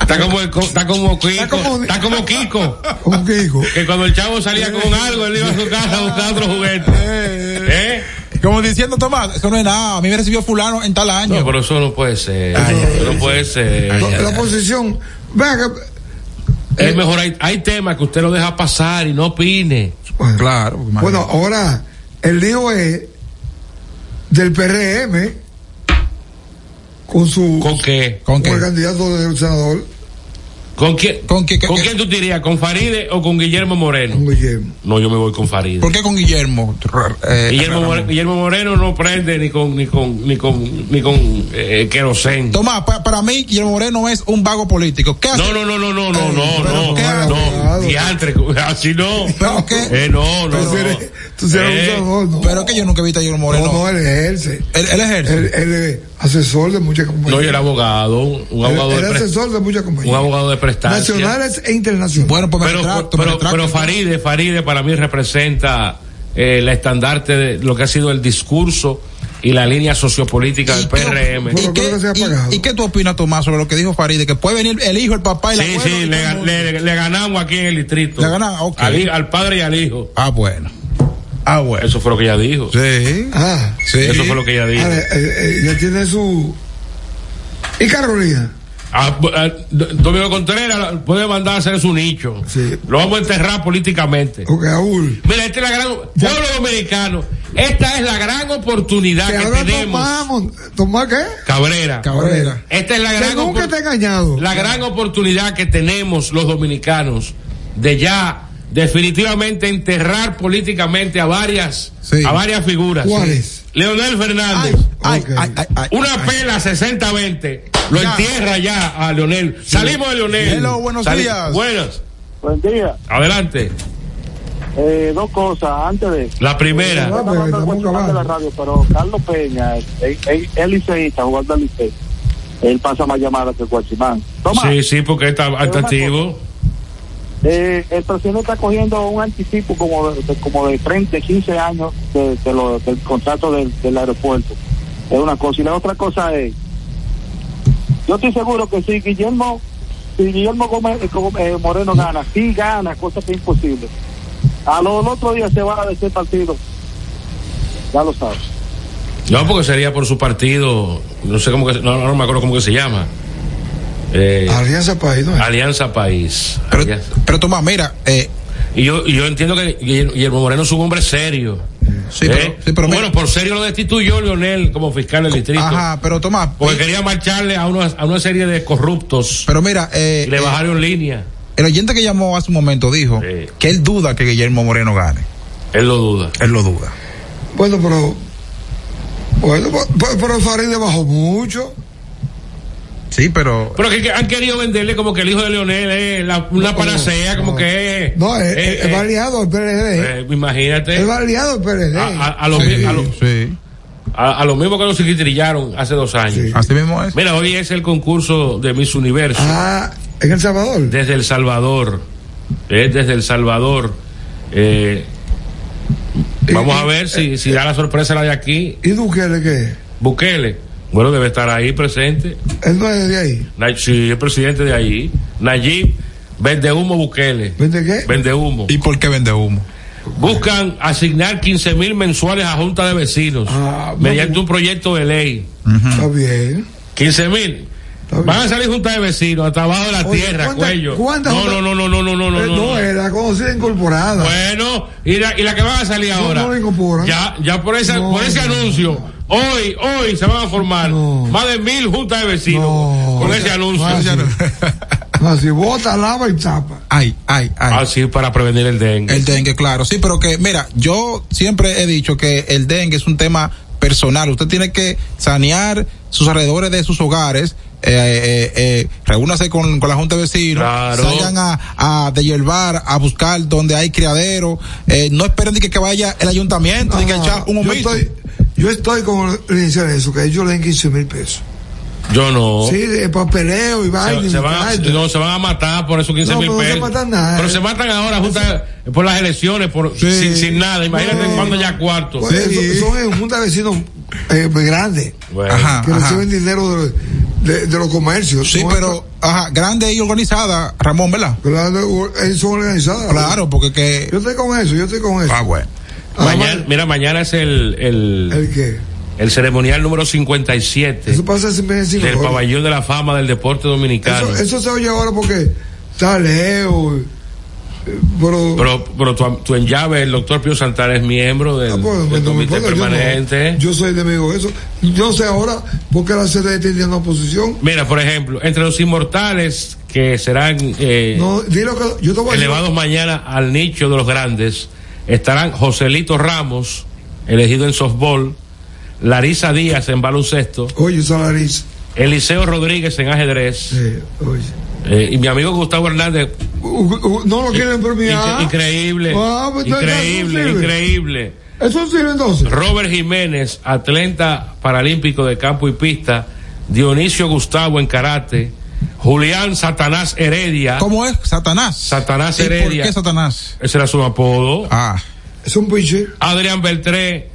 [SPEAKER 1] Está como, el co- está como Kiko. Está como, Kiko. Que cuando el chavo
[SPEAKER 13] Eh.
[SPEAKER 1] salía con algo, él iba a su casa a buscar otro juguete. ¿Eh?
[SPEAKER 13] Como diciendo, Tomás, eso no es nada. A mí me recibió fulano en tal año.
[SPEAKER 1] No, pero eso no puede ser. no puede ser.
[SPEAKER 3] La posición. Vea que-
[SPEAKER 1] Es mejor, hay, hay temas que usted lo deja pasar y no opine.
[SPEAKER 13] Claro.
[SPEAKER 3] Bueno, ahora, el lío es del PRM con su.
[SPEAKER 1] ¿Con qué?
[SPEAKER 3] ¿Con el candidato del senador.
[SPEAKER 1] ¿Con quién,
[SPEAKER 13] ¿Con,
[SPEAKER 1] quién tú te irías? ¿Con Faride o con Guillermo Moreno? Con
[SPEAKER 3] Guillermo.
[SPEAKER 1] No, yo me voy con Faride.
[SPEAKER 13] ¿Por qué con Guillermo? Eh,
[SPEAKER 1] Guillermo, More- Guillermo Moreno no prende ni con ni con ni con ni con eh, querosén.
[SPEAKER 13] Tomás, pa- para mí, Guillermo Moreno es un vago político. ¿Qué hace?
[SPEAKER 1] No, no, no, no, no, no, no, no, no, diantre, así no.
[SPEAKER 13] ¿Pero qué?
[SPEAKER 1] Eh, no, no, no. Eh,
[SPEAKER 13] Pero que yo nunca he visto a Guillermo Moreno.
[SPEAKER 3] No, no, él ejerce.
[SPEAKER 13] Él, ejerce.
[SPEAKER 3] Él, él es asesor de muchas compañías.
[SPEAKER 1] No, yo era abogado, un un
[SPEAKER 3] Él-
[SPEAKER 1] abogado
[SPEAKER 3] él
[SPEAKER 1] de
[SPEAKER 3] es
[SPEAKER 1] prestancia.
[SPEAKER 3] asesor de muchas compañías.
[SPEAKER 1] Un abogado de prestancia.
[SPEAKER 3] Nacionales e internacionales. Bueno,
[SPEAKER 1] pero, pero- pero Faride, Faride para mí representa eh, la estandarte de lo que ha sido el discurso y la línea sociopolítica del PRM.
[SPEAKER 13] ¿Y qué, y- ¿Y qué tú opinas, Tomás, sobre lo que dijo Farideh? Que puede venir el hijo, el papá y la
[SPEAKER 1] Sí, sí, le, ga- le- le ganamos aquí en el distrito.
[SPEAKER 13] Le ganamos, ok.
[SPEAKER 1] al, hi- al padre y al hijo.
[SPEAKER 13] Ah, bueno. Ah, bueno.
[SPEAKER 1] Eso fue lo que ella dijo.
[SPEAKER 13] Sí.
[SPEAKER 3] Ah,
[SPEAKER 1] sí. Eso fue lo que ella dijo.
[SPEAKER 3] Ah, eh, eh, ya tiene su. ¿Y Carolina?
[SPEAKER 1] Ah, bu- ah, D- Domingo Contreras puede mandar a hacer su nicho. Lo vamos a enterrar políticamente.
[SPEAKER 3] Porque Raúl.
[SPEAKER 1] Mira, esta es la gran. Pueblo dominicano, esta es la gran oportunidad que,
[SPEAKER 3] Que ahora
[SPEAKER 1] tenemos.
[SPEAKER 3] tomamos. ¿Tomás qué?
[SPEAKER 1] Cabrera.
[SPEAKER 3] Cabrera.
[SPEAKER 1] Esta es la
[SPEAKER 3] Que
[SPEAKER 1] gran,
[SPEAKER 3] nunca
[SPEAKER 1] opor-
[SPEAKER 3] te ha engañado.
[SPEAKER 1] la gran oportunidad que tenemos los dominicanos de ya definitivamente enterrar políticamente a varias a varias figuras.
[SPEAKER 3] ¿Cuáles?
[SPEAKER 1] Leonel Fernández. una pela 60-20. Lo
[SPEAKER 13] Ya.
[SPEAKER 1] entierra ya a Leonel. Salimos de Leonel.
[SPEAKER 13] Hello, buenos
[SPEAKER 1] Sali-
[SPEAKER 13] días.
[SPEAKER 1] Buenas.
[SPEAKER 4] Buen día.
[SPEAKER 1] Adelante.
[SPEAKER 4] Eh, dos cosas, antes de... Eh,
[SPEAKER 1] La primera.
[SPEAKER 4] Yo estaba hablando de cuestión de la radio, pero Carlos Peña, él- él él liceísta, jugando al liceo. Él pasa más llamadas que Guachimán. Toma,
[SPEAKER 1] Sí, sí, porque está está activo.
[SPEAKER 4] eh, el presidente está cogiendo un anticipo como de, de- como de 30, 15 años de, de lo- del contrato del, del aeropuerto. Es una cosa. Y la otra cosa es, yo estoy seguro que si Guillermo, si Guillermo Gómez, eh, Gó- eh, Moreno gana, sí gana, cosa que es imposible. A los otros días se va a decir partido. Ya lo sabes.
[SPEAKER 1] No, porque sería por su partido. No sé cómo que se- no, no me acuerdo cómo que se llama. Eh,
[SPEAKER 3] Alianza País, ¿no?
[SPEAKER 1] Alianza País. Alianza.
[SPEAKER 13] Pero Tomás, mira, eh,
[SPEAKER 1] Y yo, y yo entiendo que Guillermo Guillermo Moreno es un hombre serio.
[SPEAKER 13] Sí,
[SPEAKER 1] ¿eh?
[SPEAKER 13] pero- sí, pero
[SPEAKER 1] bueno, por serio lo destituyó Leonel como fiscal del distrito.
[SPEAKER 13] ajá, pero Tomás.
[SPEAKER 1] Porque quería marcharle a una, a una serie de corruptos.
[SPEAKER 13] Pero mira, eh,
[SPEAKER 1] y le
[SPEAKER 13] eh,
[SPEAKER 1] bajaron línea.
[SPEAKER 13] El oyente que llamó hace un momento dijo que él duda que Guillermo Moreno gane.
[SPEAKER 1] Él lo duda.
[SPEAKER 13] Él lo duda.
[SPEAKER 3] Bueno, pero. Bueno, pero, pero Faride bajó mucho.
[SPEAKER 13] Sí, pero.
[SPEAKER 1] Pero que, que han querido venderle como que el hijo de Leonel es la- una panacea, como que es.
[SPEAKER 3] No, es,
[SPEAKER 1] eh,
[SPEAKER 3] es- es variado el PRD.
[SPEAKER 1] eh, imagínate.
[SPEAKER 3] es variado el PRD.
[SPEAKER 1] a, a, a lo, mi- a, lo, a- a lo mismo que los psiquitrillaron hace dos años.
[SPEAKER 13] Así mismo es.
[SPEAKER 1] Mira, hoy es el concurso de Miss Universo.
[SPEAKER 3] Ah, en El Salvador.
[SPEAKER 1] Desde El Salvador. Es desde El Salvador. Eh, vamos a ver si, si da la sorpresa la de aquí.
[SPEAKER 3] ¿Y Duque eh, qué?
[SPEAKER 1] Bukele, bueno, debe estar ahí presente.
[SPEAKER 3] Él no es de ahí.
[SPEAKER 1] Na- Sí, es presidente de ahí. Nayib, vende humo Bukele.
[SPEAKER 3] ¿Vende qué?
[SPEAKER 1] Vende humo.
[SPEAKER 13] ¿Y por qué vende humo?
[SPEAKER 1] Buscan asignar 15 mil mensuales a Junta de Vecinos mediante un proyecto de ley.
[SPEAKER 3] Ah, Está bien.
[SPEAKER 1] 15 mil. Van a salir Junta de Vecinos hasta abajo de la
[SPEAKER 3] Oye,
[SPEAKER 1] tierra,
[SPEAKER 3] ¿cuántas-
[SPEAKER 1] cuello.
[SPEAKER 3] cuántas
[SPEAKER 1] no,
[SPEAKER 3] juntas-
[SPEAKER 1] no, no, no, no, no, no, no,
[SPEAKER 3] Eh,
[SPEAKER 1] no.
[SPEAKER 3] no, era conocida incorporada.
[SPEAKER 1] Bueno, y la, y la que van a salir
[SPEAKER 3] No,
[SPEAKER 1] ahora.
[SPEAKER 3] no la incorporan.
[SPEAKER 1] Ya, ya por, esa, por ese anuncio, hoy, hoy se van a formar más de mil juntas de vecinos con ese anuncio.
[SPEAKER 3] Así, bota, lava y tapa.
[SPEAKER 13] Ay, ay, ay.
[SPEAKER 1] Así Ah, para prevenir el dengue.
[SPEAKER 13] El dengue, claro. Sí, pero que, mira, yo siempre he dicho que el dengue es un tema personal. Usted tiene que sanear sus alrededores de sus hogares. Eh, eh, eh, reúnase con, con la Junta de Vecinos,
[SPEAKER 1] Claro.
[SPEAKER 13] salgan a, a deshiervar, a buscar donde hay criadero, eh, no esperen de que, que vaya el ayuntamiento, de que
[SPEAKER 3] Ah,
[SPEAKER 13] echar un
[SPEAKER 3] yo,
[SPEAKER 13] humito.
[SPEAKER 3] estoy, yo estoy con el inicial de eso, que ellos le den 15 mil pesos.
[SPEAKER 1] Yo no.
[SPEAKER 3] Sí, de papeleo y vaina.
[SPEAKER 1] se,
[SPEAKER 3] y
[SPEAKER 1] se van a,
[SPEAKER 3] carta.
[SPEAKER 1] no, se van a matar por esos 15
[SPEAKER 3] No,
[SPEAKER 1] mil
[SPEAKER 3] pero no
[SPEAKER 1] pesos.
[SPEAKER 3] se matan nada. eh.
[SPEAKER 1] Pero se matan ahora junta, por las elecciones, por, sin, sin nada. Imagínate cuando ya cuarto.
[SPEAKER 3] Pues, Son, son en junta de vecinos eh, grandes
[SPEAKER 1] Bueno.
[SPEAKER 13] Ajá,
[SPEAKER 3] que
[SPEAKER 13] ajá.
[SPEAKER 3] reciben dinero de, de- de los comercios.
[SPEAKER 13] Sí,
[SPEAKER 3] Son
[SPEAKER 13] pero, ajá, grande y organizada, Ramón, ¿verdad?
[SPEAKER 3] Claro, eh, son organizadas.
[SPEAKER 13] Claro, porque que...
[SPEAKER 3] Yo estoy con eso, yo estoy con eso.
[SPEAKER 13] Ah, bueno.
[SPEAKER 1] Mañana, mira, mañana es el, el,
[SPEAKER 3] ¿El qué?
[SPEAKER 1] el ceremonial número 57
[SPEAKER 3] Eso pasa siempre en
[SPEAKER 1] del
[SPEAKER 3] Singapur.
[SPEAKER 1] pabellón de la fama del deporte dominicano.
[SPEAKER 3] Eso, eso se oye ahora porque está lejos. eh, Pero,
[SPEAKER 1] Pero, pero tu, tu en llave, el doctor Pío Santana es miembro del,
[SPEAKER 3] pues,
[SPEAKER 1] del
[SPEAKER 3] no me
[SPEAKER 1] comité
[SPEAKER 3] importa, yo no-
[SPEAKER 1] permanente.
[SPEAKER 3] Yo, soy enemigo de eso. Yo sé ahora porque la CD tiene una oposición.
[SPEAKER 1] Mira, por ejemplo, entre los inmortales que serán eh,
[SPEAKER 3] No, di lo que yo te voy a decir.
[SPEAKER 1] elevados mañana al nicho de los grandes, estarán Joselito Ramos, elegido en softball, Larisa Díaz en baloncesto,
[SPEAKER 3] Oye, Salariz.
[SPEAKER 1] Eliseo Rodríguez en ajedrez,
[SPEAKER 3] oye.
[SPEAKER 1] eh, y mi amigo Gustavo Hernández
[SPEAKER 3] U- u- No lo quieren premiar.
[SPEAKER 1] Inque- Increíble.
[SPEAKER 3] Ah, pues, entonces,
[SPEAKER 1] increíble,
[SPEAKER 3] eso sirve.
[SPEAKER 1] increíble.
[SPEAKER 3] Eso sirve entonces.
[SPEAKER 1] Robert Jiménez, atleta paralímpico de campo y pista. Dionisio Gustavo en karate. Julián Satanás Heredia.
[SPEAKER 13] ¿Cómo es? Satanás.
[SPEAKER 1] Satanás
[SPEAKER 13] ¿Y por
[SPEAKER 1] Heredia.
[SPEAKER 13] qué Satanás?
[SPEAKER 1] Ese era su apodo.
[SPEAKER 13] Ah.
[SPEAKER 3] Es un pinche.
[SPEAKER 1] Adrián Beltré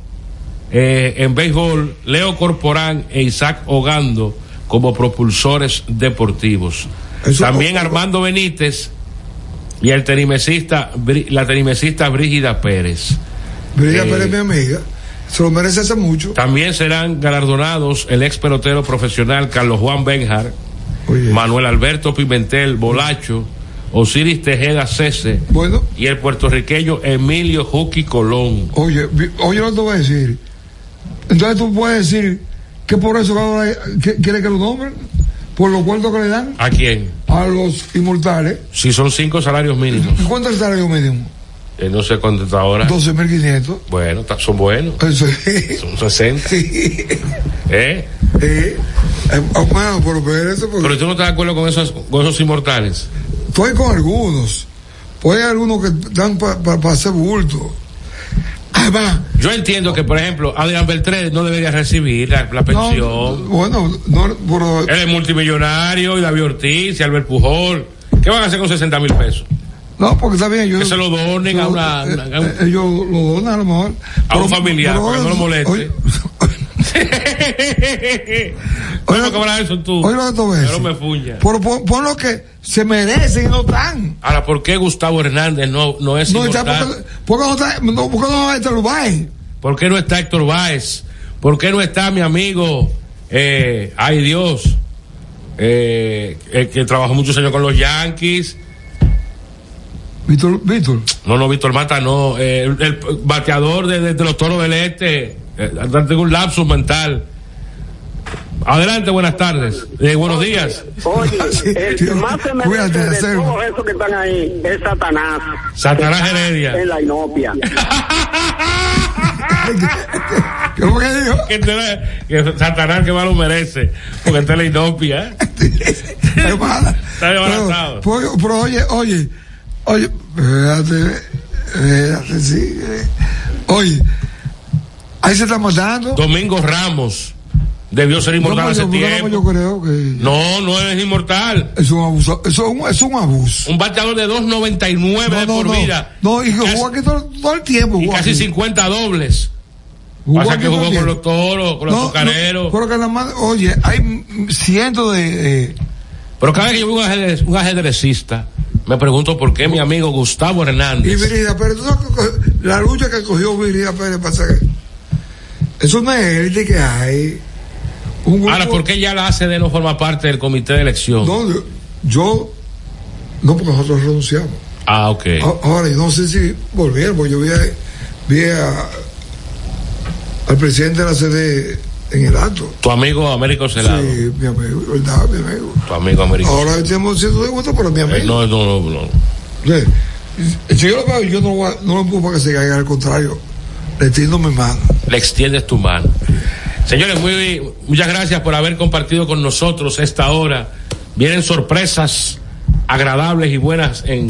[SPEAKER 1] eh, en béisbol. Leo Corporán e Isaac Ogando como propulsores deportivos.
[SPEAKER 3] Eso-
[SPEAKER 1] También Armando Benítez y el tenimesista, Bri- la tenimesista Brígida Pérez.
[SPEAKER 3] Brilla
[SPEAKER 1] Eh,
[SPEAKER 3] Pérez, mi amiga. Se lo merece hace mucho.
[SPEAKER 1] También serán galardonados el ex pelotero profesional Carlos Juan Benjar, Manuel Alberto Pimentel Bolacho, Osiris Tejeda Cese
[SPEAKER 3] Bueno.
[SPEAKER 1] y el puertorriqueño Emilio Juqui Colón.
[SPEAKER 3] Oye, vi- oye lo que te voy a decir. Entonces tú puedes decir que por eso ahora que- quiere que lo nombren, por los cuartos que le dan
[SPEAKER 1] ¿A quién?
[SPEAKER 3] a los inmortales.
[SPEAKER 1] Si son cinco salarios mínimos.
[SPEAKER 3] ¿Cuánto es el salario mínimo?
[SPEAKER 1] Eh, no sé cuánto está ahora.
[SPEAKER 3] 12.500.
[SPEAKER 1] Bueno, ta- son buenos.
[SPEAKER 3] Eso es.
[SPEAKER 1] Son 60. ¿Eh?
[SPEAKER 3] Eh, eh, bueno, pero espérese, porque
[SPEAKER 1] Pero tú no estás de acuerdo con esos, con esos inmortales.
[SPEAKER 3] estoy con algunos. Pues hay algunos que dan para hacer bulto. Además,
[SPEAKER 1] Yo entiendo que, por ejemplo, Adrián Beltré no debería recibir la, la
[SPEAKER 3] no,
[SPEAKER 1] pensión.
[SPEAKER 3] bueno, no, pero
[SPEAKER 1] Él es multimillonario, y David Ortiz, y Albert Pujol. ¿Qué van a hacer con 60 mil pesos?
[SPEAKER 3] No, porque está bien. Yo,
[SPEAKER 1] Que se lo donen a una-
[SPEAKER 3] eh,
[SPEAKER 1] una- a un-
[SPEAKER 3] eh, ellos lo donan a lo mejor.
[SPEAKER 1] A un familiar, para que no lo moleste.
[SPEAKER 3] Oye,
[SPEAKER 1] ¿Cómo que van a eso tú?
[SPEAKER 3] oye lo que te voy a
[SPEAKER 1] Pero
[SPEAKER 3] decir.
[SPEAKER 1] me fuña.
[SPEAKER 3] Pero pon, pon lo que se merecen y no están.
[SPEAKER 1] Ahora, ¿por qué Gustavo Hernández no, no es
[SPEAKER 3] No, está
[SPEAKER 1] inmortal?
[SPEAKER 3] porque, porque no está, no, porque no este está el Uruguay.
[SPEAKER 1] ¿Por qué no está Héctor Báez? ¿Por qué no está mi amigo, eh, ay Dios, eh, el que trabajó muchos años con los Yankees?
[SPEAKER 3] Víctor, Víctor.
[SPEAKER 1] No, no, Víctor Mata, no. eh, el, el bateador de, de- de los toros del Este. eh, tengo un lapsus mental. Adelante, buenas tardes. Eh, buenos días.
[SPEAKER 12] Oye,
[SPEAKER 1] Eh,
[SPEAKER 12] el que más se
[SPEAKER 3] Cuídate,
[SPEAKER 12] merece de
[SPEAKER 3] Anselmo.
[SPEAKER 12] todos esos que están ahí es Satanás.
[SPEAKER 1] Satanás
[SPEAKER 12] Que está
[SPEAKER 1] Heredia.
[SPEAKER 12] En la inopia.
[SPEAKER 3] ¿Qué es lo que dijo?
[SPEAKER 1] Que, te la- que Satanás que más lo merece. Porque está en la inopia. ¿eh?
[SPEAKER 3] Hermana.
[SPEAKER 1] Está desbaratado.
[SPEAKER 3] Pero, pero- pero oye, oye, oye, espérate, espérate, sí. eh. Oye, ahí se está matando.
[SPEAKER 1] Domingo Ramos. Debió ser inmortal
[SPEAKER 3] No,
[SPEAKER 1] hace
[SPEAKER 3] yo-
[SPEAKER 1] tiempo.
[SPEAKER 3] yo creo que
[SPEAKER 1] No, no es inmortal.
[SPEAKER 3] es un abuso, es un, es un abuso.
[SPEAKER 1] Un bateador de 2.99 de
[SPEAKER 3] no,
[SPEAKER 1] por
[SPEAKER 3] no,
[SPEAKER 1] vida.
[SPEAKER 3] no, y que
[SPEAKER 1] Casi-
[SPEAKER 3] jugó aquí todo, todo el tiempo.
[SPEAKER 1] y
[SPEAKER 3] jugó
[SPEAKER 1] casi
[SPEAKER 3] aquí.
[SPEAKER 1] 50 dobles. Pasa que
[SPEAKER 3] aquí
[SPEAKER 1] jugó
[SPEAKER 3] también.
[SPEAKER 1] con los toros, con los
[SPEAKER 3] No,
[SPEAKER 1] azucareros.
[SPEAKER 3] no, pero que nada más, oye, hay mm, cientos de. de-
[SPEAKER 1] Pero cada vez que yo veo un, ajedrez- un ajedrecista, me pregunto por qué mi amigo Gustavo
[SPEAKER 3] y
[SPEAKER 1] Hernández.
[SPEAKER 3] Virida Pérez, ¿tú sabes que co- la lucha que cogió Virida Pérez para sacar. Eso no es élite que hay. Un grupo-
[SPEAKER 1] Ahora, ¿por qué ya la hace de no forma parte del comité de elección?
[SPEAKER 3] No, yo, yo- No, porque nosotros renunciamos.
[SPEAKER 1] Ah, ok.
[SPEAKER 3] A- Ahora, yo no sé si volvieron, porque yo vi, a- vi a- al presidente de la CD en el acto.
[SPEAKER 1] Tu amigo Américo Celado.
[SPEAKER 3] Sí, mi amigo, verdad, mi amigo.
[SPEAKER 1] Tu amigo Américo.
[SPEAKER 3] Ahora tenemos 150, pero mi amigo.
[SPEAKER 1] Eh, no, no, no, no.
[SPEAKER 3] Sí. Si yo lo veo, yo no, lo voy a- no lo empujo para que se caiga, al contrario, le tiendo mi mano.
[SPEAKER 1] le extiendes tu mano. Señores, muy, muchas gracias por haber compartido con nosotros esta hora. Vienen sorpresas agradables y buenas en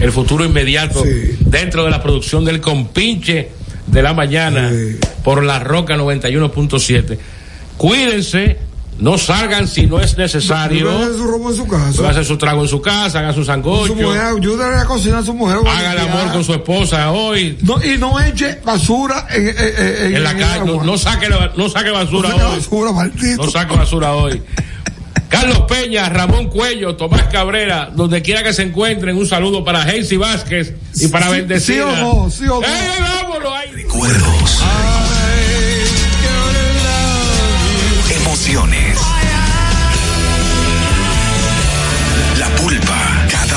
[SPEAKER 1] el futuro inmediato dentro de la producción del compinche de la mañana por la Roca 91.7. Cuídense, no salgan si no es necesario.
[SPEAKER 3] Pero hace su robo en su casa.
[SPEAKER 1] Hagan su trago en su casa, hagan su
[SPEAKER 3] Con su mujer,
[SPEAKER 1] sancocho,
[SPEAKER 3] ayúdale a cocinar a su mujer.
[SPEAKER 1] haga el amor con su esposa hoy.
[SPEAKER 3] No, y no eche basura en, en- en-
[SPEAKER 1] en la
[SPEAKER 3] en el
[SPEAKER 1] calle. No,
[SPEAKER 3] agua.
[SPEAKER 1] no saque, la- no saque basura
[SPEAKER 3] No saque
[SPEAKER 1] hoy.
[SPEAKER 3] basura,
[SPEAKER 1] No saque basura hoy. Carlos Peña, Ramón Cuello, Tomás Cabrera, donde quiera que se encuentren, un saludo para Heisy Vázquez y para
[SPEAKER 15] Sí,
[SPEAKER 1] bendecir.
[SPEAKER 15] sí o no, sí o no.
[SPEAKER 3] Eh,
[SPEAKER 15] Recuerdos. Emociones. La pulpa. Cada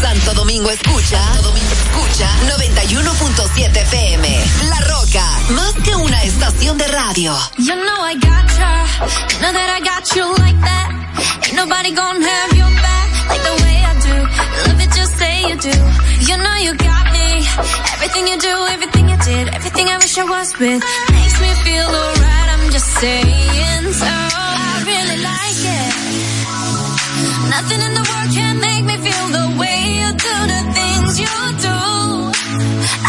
[SPEAKER 16] Santo Domingo escucha, Santo Domingo escucha 91.7 PM. La Roca, más que una estación de radio.
[SPEAKER 17] You know I got you. You know that I got you like that. Ain't nobody gonna have your back like the way I do. Love it, just say you do. You know you got me. Everything you do, everything you did, everything I wish I was with makes me feel alright. I'm just saying so. I really like it. Nothing in the world can make me feel the way you do the things you do.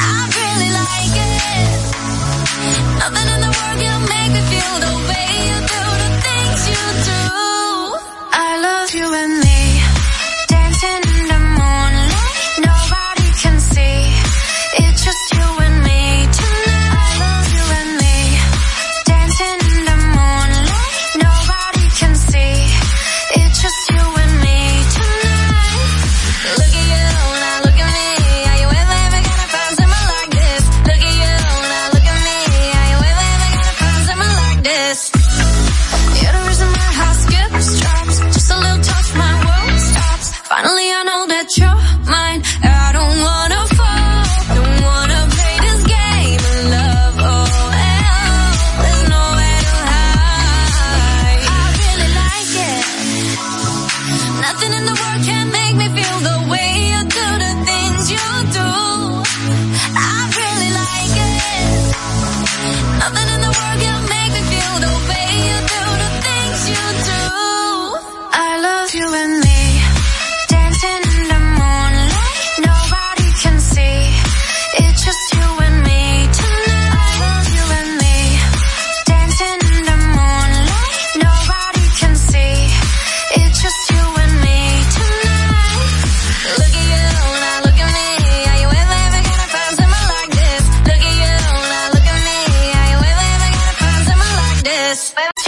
[SPEAKER 17] I really like it. Nothing in the world can make me feel the way you do the things you do. I love you and me, dancing in the moonlight. Nobody can see, it's just you and me tonight. I love you and me, dancing in the moonlight. Nobody can see, it's just you and me tonight. Look at you now, look at me. Are you ever ever gonna find someone like this? Look at you now, look at me. Are you ever ever gonna find someone like this? You're the reason my heart skips drops. Just a little touch, my world. espera.